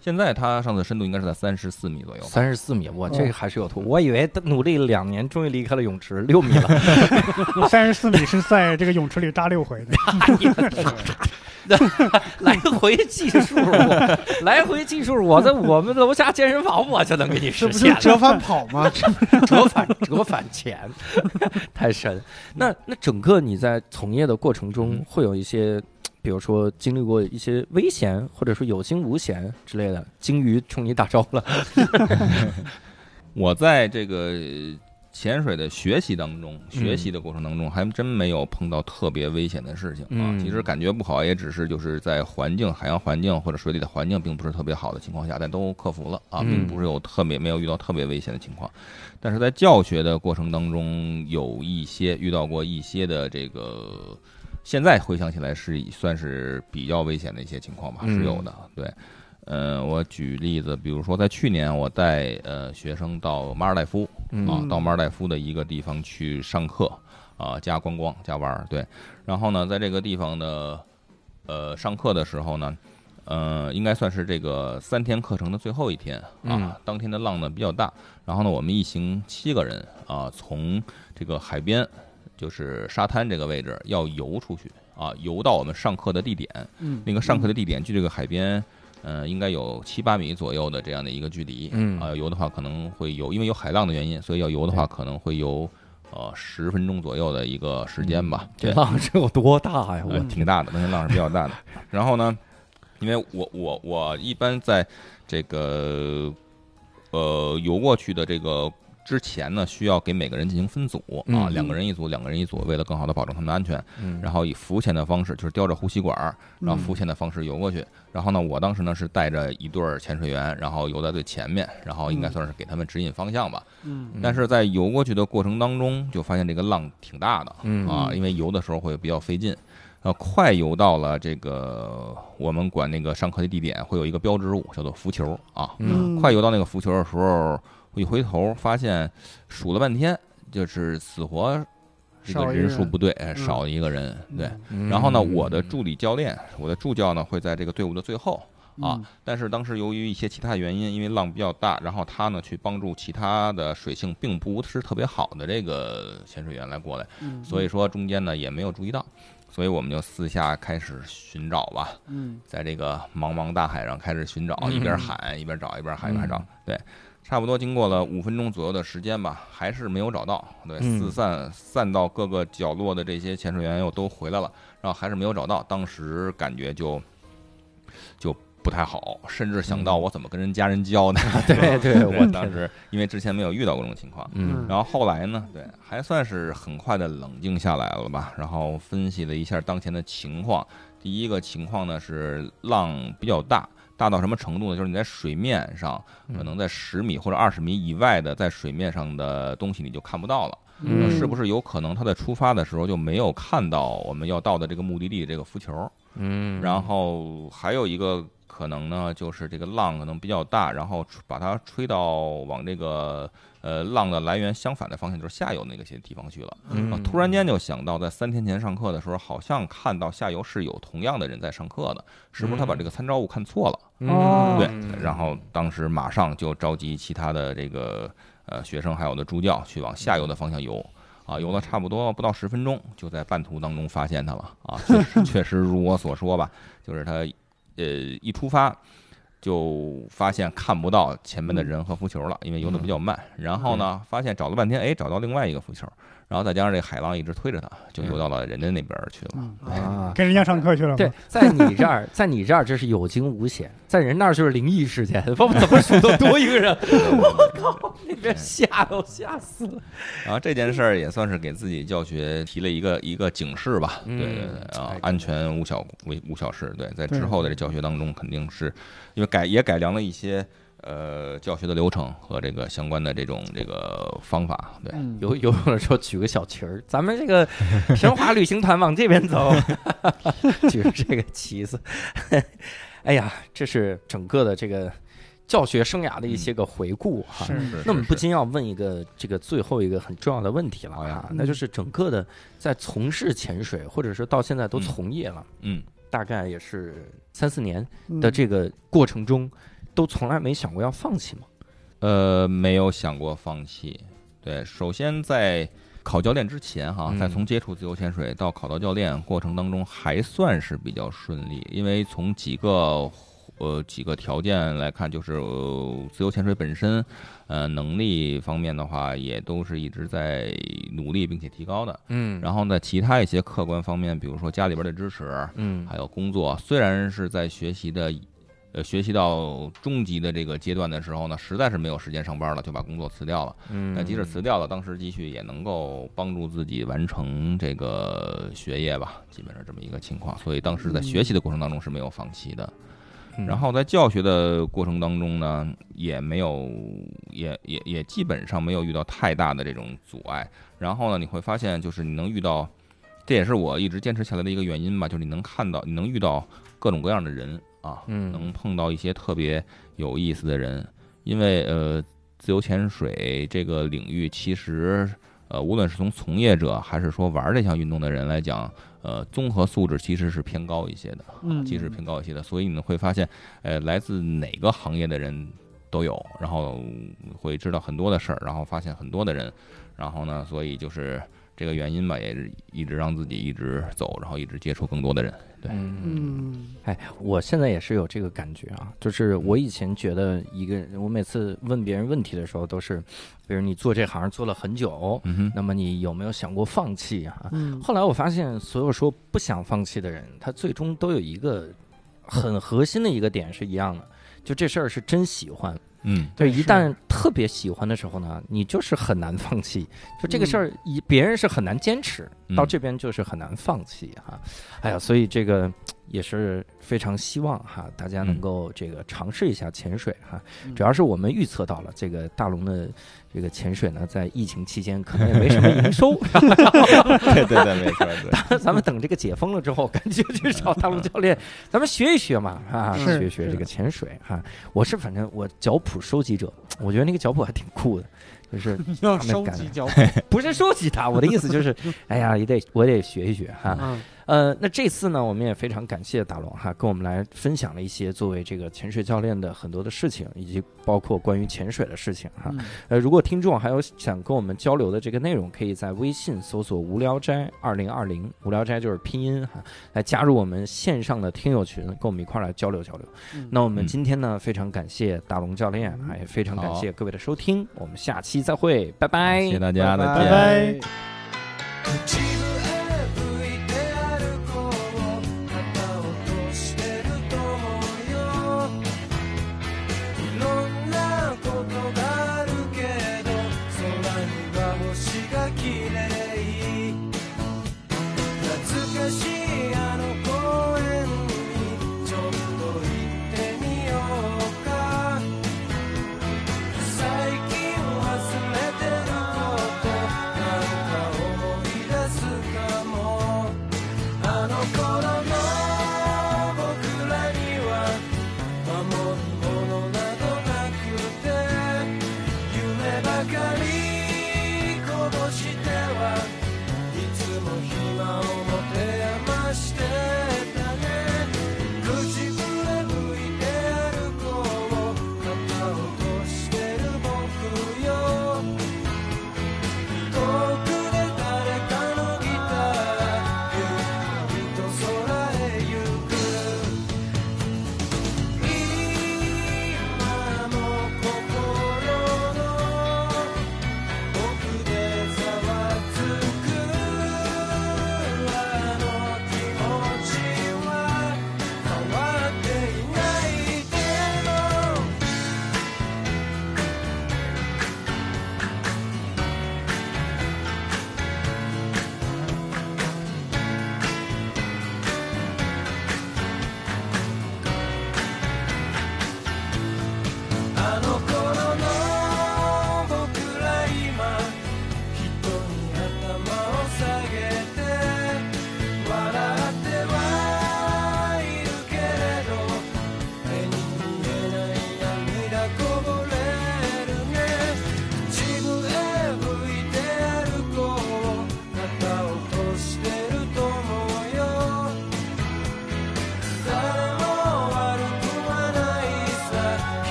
现在他上次深度应该是在三十四米左右吧。三十四米，我哦这个还是有图。我以为他努力了两年，终于离开了泳池，六米了。三十四米是在这个泳池里扎六回的， 来回技术，来回技术，我在我们楼下健身房，我就能给你 这实不现就了。折返跑吗？折返折返前， 太深。那那整个你在从业的过程中嗯，会有一些，比如说经历过一些危险，或者说有惊无险之类的。鲸鱼冲你打招呼了，我在这个潜水的学习当中，嗯学习的过程当中，还真没有碰到特别危险的事情啊嗯。其实感觉不好，也只是就是在环境、海洋环境或者水里的环境并不是特别好的情况下，但都克服了啊，嗯并不是有特别没有遇到特别危险的情况。但是在教学的过程当中，有一些遇到过一些的这个。现在回想起来是算是比较危险的一些情况吧，嗯是有的。对，呃，我举例子，比如说在去年，我带呃学生到马尔代夫啊，嗯到马尔代夫的一个地方去上课啊，加观光加玩儿，对。然后呢，在这个地方的呃上课的时候呢，呃，应该算是这个三天课程的最后一天嗯啊，当天的浪呢比较大。然后呢，我们一行七个人啊，从这个海边就是沙滩这个位置要游出去啊，游到我们上课的地点。嗯那个上课的地点距这个海边，呃，应该有七八米左右的这样的一个距离。嗯啊、游的话可能会游，因为有海浪的原因，所以要游的话可能会游呃十分钟左右的一个嗯时间吧。这 浪是有多大呀？呃，我挺大的，那些浪是比较 大的。然后呢，因为我我我一般在这个呃游过去的这个之前呢，需要给每个人进行分组啊，嗯两个人一组，两个人一组，为了更好的保证他们的安全。嗯然后以浮潜的方式，就是叼着呼吸管儿， 然后嗯浮潜的方式游过去。然后呢，我当时呢是带着一对儿潜水员，然后游在最前面，然后应该嗯算是给他们指引方向吧。 嗯但是在游过去的过程当中，就发现这个浪挺大的嗯啊，因为游的时候会比较费劲。呃，快游到了这个我们管那个上课的地点，会有一个标志物叫做浮球啊。嗯快游到那个浮球的时候，我一回头发现数了半天，就是死活这个少一人人数不对，哎嗯少一个人，对。嗯然后呢，我的助理教练，我的助教呢会在这个队伍的最后啊。但是当时由于一些其他原因，因为浪比较大，然后他呢去帮助其他的水性并不是特别好的这个潜水员来过来，嗯，所以说中间呢也没有注意到，所以我们就私下开始寻找吧，嗯在这个茫茫大海上开始寻找，嗯一边喊一边找，一边喊一边找嗯，对。差不多经过了五分钟左右的时间吧，还是没有找到。对，嗯四散散到各个角落的这些潜水员又都回来了，然后还是没有找到。当时感觉就就不太好，甚至想到嗯我怎么跟人家人交 代。对对， 我当时因为之前没有遇到过这种情况，嗯然后后来呢，对，还算是很快的冷静下来了吧。然后分析了一下当前的情况，第一个情况呢是浪比较大，大到什么程度呢？就是你在水面上，可能在十米或者二十米以外的，在水面上的东西你就看不到了。嗯那是不是有可能他在出发的时候就没有看到我们要到的这个目的地这个浮球？嗯，然后还有一个可能呢，就是这个浪可能比较大，然后吹把它吹到往这个呃浪的来源相反的方向，就是下游那个些地方去了。嗯啊突然间就想到，在三天前上课的时候，好像看到下游是有同样的人在上课的，是不是他把这个参照物看错了？嗯对，然后当时马上就召集其他的这个呃学生，还有我的助教去往下游的方向游。啊，游了差不多不到十分钟，就在半途当中发现他了啊！确实，确实如我所说吧，就是他，呃，一出发就发现看不到前面的人和浮球了，因为游的比较慢。然后呢，发现找了半天，哎，找到另外一个浮球，然后再加上这海浪一直推着他，就游到了人家那边去 了。嗯啊。跟人家上课去了吗？对，在你这儿，在你这儿这是有惊无险，在人那儿就是灵异事件，不怎么数都多一个人， 我靠，那边吓得我吓死了。然后啊这件事儿也算是给自己教学提了一个一个警示吧，对嗯对对啊哎，安全无小无无小事。对，在对之后的这教学当中，肯定是因为改也改良了一些呃教学的流程和这个相关的这种这个方法。对，嗯游游泳的时候举个小旗儿，咱们这个神华旅行团往这边走， 举着这个旗子。 哎呀，这是整个的这个教学生涯的一些个回顾哈。是是嗯那我们是不是禁要问一个这个最后一个很重要的问题了好呀啊，那就是整个的在从事潜水，或者是到现在都从业了，嗯大概也是三四年嗯的这个过程中，都从来没想过要放弃嘛。呃没有想过放弃。对，首先在考教练之前哈，嗯在从接触自由潜水到考到教练过程当中，还算是比较顺利，因为从几个呃几个条件来看，就是、呃、自由潜水本身，呃能力方面的话，也都是一直在努力并且提高的。嗯然后呢，其他一些客观方面，比如说家里边的支持，嗯还有工作，虽然是在学习的，呃，学习到中级的这个阶段的时候呢，实在是没有时间上班了，就把工作辞掉了。嗯但即使辞掉了，当时积蓄也能够帮助自己完成这个学业吧，基本上这么一个情况。所以当时在学习的过程当中是没有放弃的。嗯然后在教学的过程当中呢，也没有，也也也基本上没有遇到太大的这种阻碍。然后呢，你会发现就是你能遇到，这也是我一直坚持下来的一个原因吧，就是你能看到，你能遇到各种各样的人啊，嗯能碰到一些特别有意思的人，因为呃，自由潜水这个领域其实。呃，无论是从从业者还是说玩这项运动的人来讲，呃，综合素质其实是偏高一些的。嗯其实啊偏高一些的，所以你会发现，呃，来自哪个行业的人都有，然后会知道很多的事儿，然后发现很多的人，然后呢，所以就是这个原因吧，也是一直让自己一直走，然后一直接触更多的人。对嗯。嗯哎，我现在也是有这个感觉啊，就是我以前觉得一个人，我每次问别人问题的时候，都是，比如你做这行做了很久，嗯哼，那么你有没有想过放弃啊？嗯后来我发现，所有说不想放弃的人，他最终都有一个很核心的一个点是一样的，就这事儿是真喜欢。嗯对，对一是旦特别喜欢的时候呢，你就是很难放弃。就这个事儿，一别人是很难坚持，嗯到这边就是很难放弃哈。哎呀，所以这个也是非常希望哈，大家能嗯够这个尝试一下潜水哈。嗯主要是我们预测到了这个大龙的这个潜水呢，在疫情期间可能也没什么营收， 对对对，没错，对，咱们等这个解封了之后，赶紧去找大龙教练，咱们学一学嘛，啊，是学一学是这个潜水啊。我是反正我脚蹼收集者，我觉得那个脚蹼还挺酷的，就是要没收感集觉脚不是收集它，我的意思就是，哎呀，也得我得学一学哈、啊，呃，那这次呢，我们也非常感谢大龙哈，跟我们来分享了一些作为这个潜水教练的很多的事情，以及包括关于潜水的事情哈。嗯呃，如果听众还有想跟我们交流的这个内容，可以在微信搜索“无聊斋二零二零”，无聊斋就是拼音哈，来加入我们线上的听友群，跟我们一块儿来交流交流。嗯那我们嗯今天呢，非常感谢大龙教练，啊，也非常感好谢各位的收哎听，我们下期再会，拜拜，谢谢大家，再拜见。拜拜。 Achieve